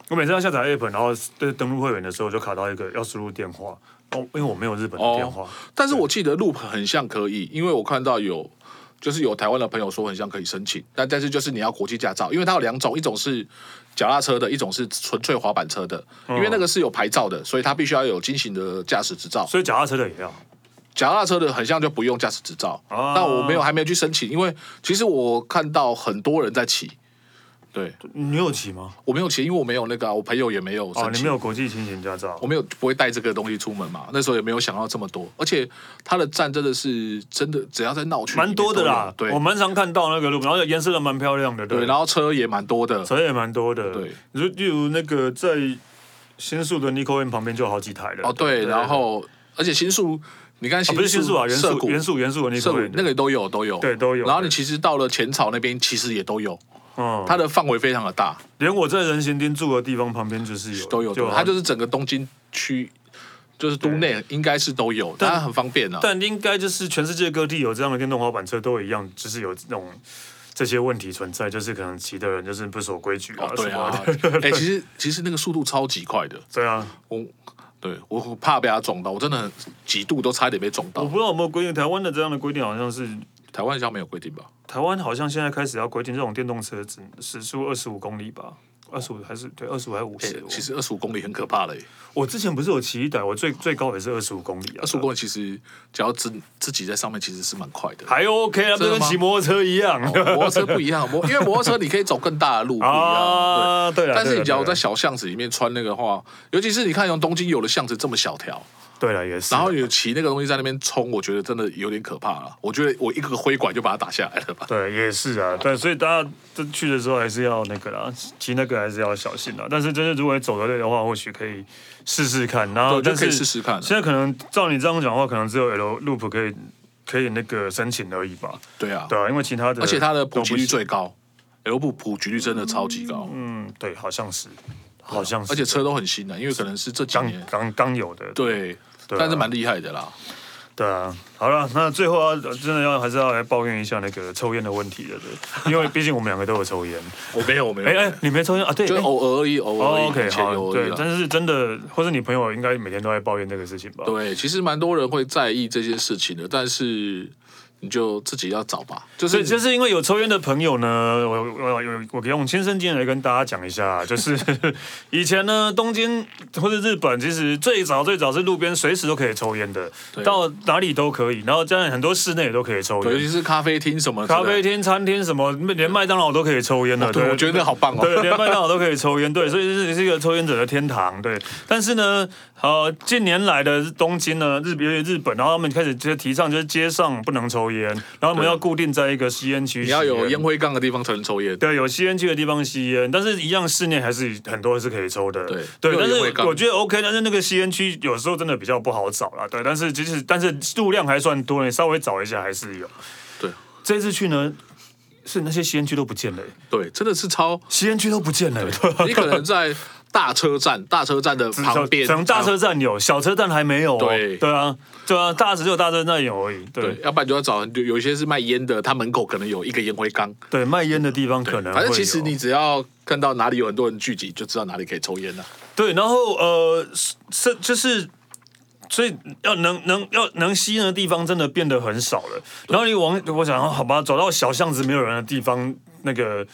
S1: 我每次要下载 App，然后对登录会员的时候，我就卡到一个要输入电话，哦，因为我没有日本的
S2: 哦
S1: 电话，
S2: 但是我记得 Loop 很像可以，因为我看到有就是有台湾的朋友说很像可以申请，但但是就是你要国际驾照，因为它有两种，一种是脚踏车的，一种是纯粹滑板车的，
S1: 哦
S2: 因为那个是有牌照的，所以它必须要有新型的驾驶执照。
S1: 所以脚踏车的也要。
S2: 脚踏车的很像就不用驾驶执照，
S1: 啊
S2: 但我没有还没有去申请，因为其实我看到很多人在骑。对，
S1: 你有骑吗？
S2: 我没有骑，因为我没有那个啊、我朋友也没有申
S1: 哦，你
S2: 请。
S1: 没有国际亲衔驾照
S2: 我。没有不会带这个东西出门嘛，那时候也没有想到这么多，而且它的站真的是真的，只要在闹区
S1: 蛮多的啦，
S2: 里面都有
S1: 我
S2: 对
S1: 蛮常看到那个路，然后颜色都蛮漂亮的，
S2: 对，然后车也蛮多的，
S1: 车也蛮多的，
S2: 对，
S1: 你说例如那个在新宿的 Nico N 旁边就有好几台了，
S2: 哦对，然后而且新宿，你看
S1: 啊
S2: 新
S1: 不是新宿啊，元
S2: 涩
S1: 素
S2: 谷
S1: 元素元素的
S2: 涩
S1: Nico
S2: 谷
S1: N
S2: 那个都有都有，
S1: 对都有
S2: 然后你其实到了浅草那边，其实也都有，
S1: 嗯，
S2: 它的范围非常的大，
S1: 连我在人行町住的地方旁边就是有
S2: 都有，都有
S1: 好
S2: 它就是整个东京区，就是都内应该是都有，
S1: 但
S2: 当然很方便啊。
S1: 但应该就是全世界各地有这样的电动滑板车都一样，就是有这种这些问题存在，就是可能骑的人就是不守规矩啊
S2: 哦，
S1: 什
S2: 对
S1: 么
S2: 啊
S1: 的，，
S2: 哎，其实其实那个速度超级快的，
S1: 对啊，
S2: 我对我我怕被他撞到，我真的很几度都差一点被撞
S1: 我
S2: 到
S1: 不。知道有没有规定，台湾的这样的规定好像是
S2: 台湾好像没有规定吧？
S1: 台湾好像现在开始要规定这种电动车只时速二十五公里吧。二十五还是对，二十五还是五
S2: 哎、
S1: 十、
S2: 其实二十五公里很可怕欸嘞、
S1: 我之前不是有骑一台，我最最高也是二十五公里啊，
S2: 二十五公里其实只要自自己在上面，其实是蛮快的。
S1: 还 OK 啊，
S2: 真
S1: 这
S2: 的吗
S1: 跟骑摩托车一样
S2: 摩托车不一样，摩因为摩托车你可以走更大的路，哦不一样。
S1: 啊。
S2: 对
S1: 对了，
S2: 但是你
S1: 对
S2: 只要
S1: 了
S2: 在小巷子里面穿那个话，尤其是你看用东京有的巷子这么小条，
S1: 对了也是，啊
S2: 然后你骑那个东西在那边冲，我觉得真的有点可怕了。我觉得我一个挥拐就把它打下来了吧。
S1: 对也是啊，对，所以大家这去的时候还是要那个啦，骑那个还是要小心啦。但是真的如果你走得累的话，或许可以试试看，然
S2: 对
S1: 后
S2: 我觉
S1: 但
S2: 得
S1: 是
S2: 可以试试看啊
S1: 现在可能照你这样讲话，可能只有 L Loop 可以可以那个申请而已吧。
S2: 对啊，
S1: 对啊，因为其他的
S2: 而且它的
S1: 都
S2: 普
S1: 不
S2: 及率
S1: 行
S2: 最高，L 部普及率真的超级高。
S1: 嗯，对，好像是，好像是，
S2: 啊而且车都很新啊的、因为可能是这几
S1: 刚
S2: 年
S1: 刚刚有的，
S2: 对，
S1: 对啊
S2: 但是蛮厉害的啦。
S1: 对啊。好了，那最后啊，真的要还是要来抱怨一下那个抽烟的问题了， 对，因为毕竟我们两个都有抽烟。
S2: 我没有，我没有，
S1: 哎哎，你没抽烟啊？对。
S2: 就
S1: 哎
S2: 偶尔而已，偶尔而已
S1: 哦，OK，
S2: 以前偶
S1: 好，
S2: 尔而已啊
S1: 对，
S2: 啦。
S1: 但是真的，或者你朋友应该每天都在抱怨这个事情吧？
S2: 对，其实蛮多人会在意这件事情的，但是你就自己要找吧。就
S1: 所
S2: 是
S1: 以就是因为有抽烟的朋友呢，我我我我用亲身经验来跟大家讲一下，啊就是 以前呢，东京或者日本，其实最早最早是路边随时都可以抽烟的，
S2: 对
S1: 到哪里都可以，然后这样很多室内也都可以抽
S2: 尤
S1: 烟
S2: 其。是咖啡厅什么之类
S1: 咖
S2: 的
S1: 啡厅、餐厅什么，连麦当劳都可以抽烟的。
S2: 对，我觉得好棒哦。
S1: 对，连麦当劳都可以抽烟，对，所以这是一个抽烟者的天堂，对。但是呢，呃，近年来的东京呢，日尤其日本，然后他们开始就提倡就是街上不能抽烟，然后我们
S2: 对
S1: 要固定在一个吸烟区，
S2: 你要有烟。灰缸的地方才能抽烟。
S1: 对，有吸烟区的地方吸烟，但是一样室内还是很多是可以抽的。
S2: 对
S1: 对，
S2: 没有
S1: 但
S2: 烟灰
S1: 是
S2: 缸
S1: 我觉得 OK，但是那个吸烟区有时候真的比较不好找啦。对，但是即使但是数量还算多，你稍微找一下还是有。
S2: 对
S1: 这次去呢，是那些吸烟区都不见了、欸，
S2: 对，真的是超，
S1: 吸烟区都不见了、欸。
S2: 你可能在大车站，大车站的旁边，
S1: 可能大车站有，小车站还没有、哦。
S2: 对
S1: 对啊，对啊，大只有大车站有而已。对
S2: 对
S1: 对，
S2: 要不然就要找有有一些是卖烟的，他门口可能有一个烟灰缸。
S1: 卖烟的地方可能会有
S2: 反正其实你只要看到哪里有很多人聚集，就知道哪里可以抽烟了、
S1: 对，然后呃，是是就是。所以要能能要能吸烟的地方真的变得很少了。然后你往我想，好吧，走到小巷子没有人的地方，那个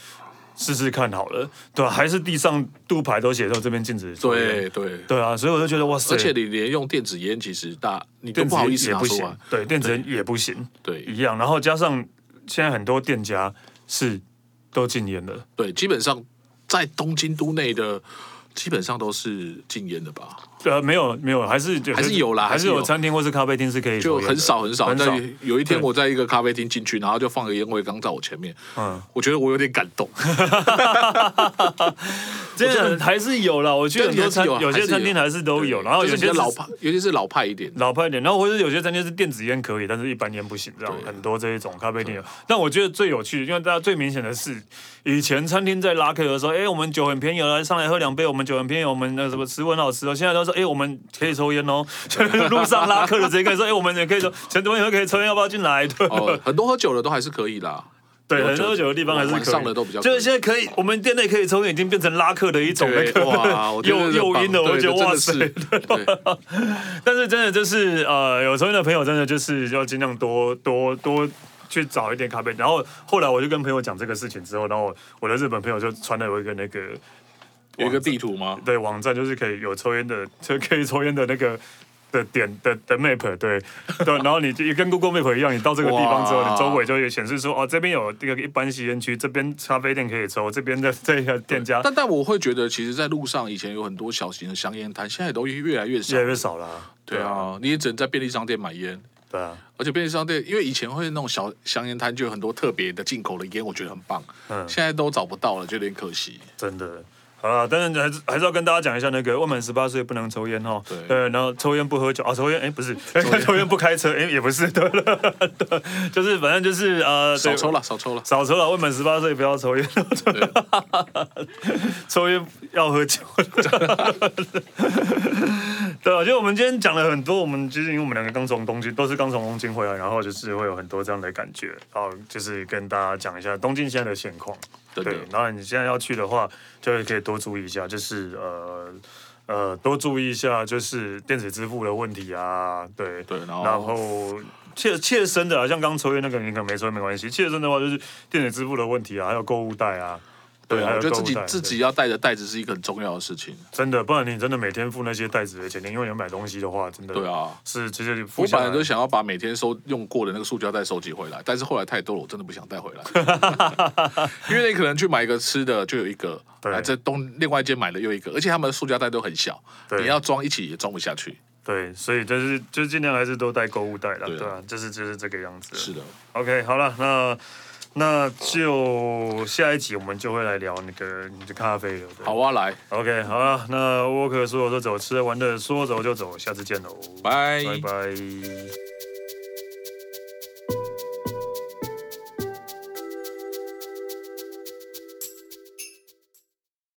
S1: 试试看好了，对吧、还是地上路牌都写到这边禁止抽烟。
S2: 对对，
S1: 对啊，所以我就觉得哇塞，
S2: 而且你连用电子烟，其实大你都
S1: 电
S2: 不
S1: 子
S2: 好
S1: 烟
S2: 意思
S1: 也
S2: 拿
S1: 不
S2: 出
S1: 行嗯
S2: 来。，
S1: 对，电子烟也不行。
S2: 对
S1: 一样。然后加上现在很多店家是都禁烟了，
S2: 对，基本上在东京都内的基本上都是禁烟的吧，
S1: 呃，没有没有，还是
S2: 还是有啦
S1: 还是
S2: 还是
S1: 有
S2: 有
S1: 餐厅或是咖啡厅是可以抽
S2: 就
S1: 烟的
S2: 很少很少。
S1: 很少。
S2: 但有一天
S1: 对
S2: 我在一个咖啡厅进去，然后就放个烟灰缸在我前面，
S1: 嗯，
S2: 我觉得我有点感动。
S1: 这个还是有啦，我觉得很多餐
S2: 对还是有啊
S1: 有
S2: 还是有
S1: 些餐厅还是都有，然后
S2: 就
S1: 有
S2: 是
S1: 些
S2: 比较
S1: 是
S2: 老派，尤其是老派 一点。
S1: 老派一点，然后或者有些餐厅是电子烟可以，但是一般烟不行，这样
S2: 对
S1: 很多这一种咖啡店有。但我觉得最有趣的，因为大家最明显的是，以前餐厅在拉客的时候，哎，我们酒很便宜哦，来上来喝两杯，我们酒很便宜，我们那什么食物很好吃哦。现在都说，哎，我们可以抽烟哦，就是路上拉客的直接跟你说，哎，我们也可以抽，前东西都可以抽烟，要不要进来？对
S2: 哦，很多喝酒的都还是可以啦。
S1: 对，
S2: 有
S1: 很多
S2: 酒
S1: 喝酒的地方还是可以
S2: 晚上的都比较
S1: 就
S2: 可
S1: 是
S2: 以
S1: 现在可以，我们店内可以抽烟已经变成拉客的一种那
S2: 对哦哇，
S1: 个
S2: 我觉得
S1: 诱
S2: 这
S1: 诱
S2: 棒
S1: 因了，我
S2: 对
S1: 觉得
S2: 这真
S1: 哇
S2: 的
S1: 塞
S2: 是，对
S1: 但是真的就是呃，有抽烟的朋友真的就是要尽量多多多去找一点咖啡。然后后来我就跟朋友讲这个事情之后，然后我的日本朋友就传了我一个那个
S2: 有一个地图吗？
S1: 对网站，就是可以有抽烟的， 就可以抽烟的那个。的点的的 map 对 对，然后你就跟 Google Map 一样，你到这个地方之后，
S2: 哇
S1: 你周围就会显示说，哦，这边有这个一般吸烟区，这边咖啡店可以抽，这边的这个店家
S2: 但但我会觉得，其实，在路上以前有很多小型的香烟摊，现在都越来越少
S1: 越。来越少了啊。
S2: 对啊，你也只能在便利商店买烟，
S1: 对啊，
S2: 而且便利商店因为以前会那种小香烟摊，就有很多特别的进口的烟，我觉得很棒。
S1: 嗯
S2: 现在都找不到了，就有点可惜。
S1: 真的。好啦，但是还是还是要跟大家讲一下，那个未满十八岁不能抽烟哦。
S2: 对
S1: 对，然后抽烟不喝酒啊，抽烟哎不 是，抽烟不开车哎也不是，对了， 对就是反正就是呃，
S2: 少
S1: 对
S2: 抽了，少抽了。
S1: 少抽了，未满十八岁不要抽烟，
S2: 对，
S1: 抽烟要喝酒。 对啊，就我们今天讲了很多，我们其实因为我们两个刚从东京，都是刚从东京回来，然后就是会有很多这样的感觉，然后就是跟大家讲一下东京现在的现况。
S2: 真的
S1: 对，然后你现在要去的话，就是可以多注意一下，就是呃呃多注意一下，就是电子支付的问题啊，对
S2: 对然后
S1: 然后切切身的啊，像刚抽烟那个，你可能没抽烟没关系，切身的话就是电子支付的问题啊，还有购物袋啊。
S2: 对啊，
S1: 还
S2: 我
S1: 有
S2: 觉得
S1: 购
S2: 自
S1: 物
S2: 己
S1: 袋
S2: 自
S1: 对
S2: 己要带着袋子是一个很重要的事情。
S1: 真的，不然你真的每天付那些袋子的钱，你因为你要买东西的话，真的
S2: 对啊，
S1: 是其实付
S2: 我
S1: 下
S2: 本
S1: 来
S2: 来就想要把每天收用过的那个塑胶袋收集回来，但是后来太多了，我真的不想带回 来，因为你可能去买一个吃的就有一个，
S1: 对
S2: 啊，在东另外一间买了又一个，而且他们的塑胶袋都很小，
S1: 对
S2: 你要装一起也装不下去。
S1: 对，所以就是就尽量还是都带购物袋啦，
S2: 对
S1: 对啊，
S2: 啊
S1: 就是就是这个样子。
S2: 是的，
S1: OK，好了，那那就下一集我们就会来聊那个你的咖啡了。对
S2: 好啊，来，
S1: ，OK，好了，那沃克说走就走，吃完的说走就走，下次见喽，
S2: 拜
S1: 拜拜。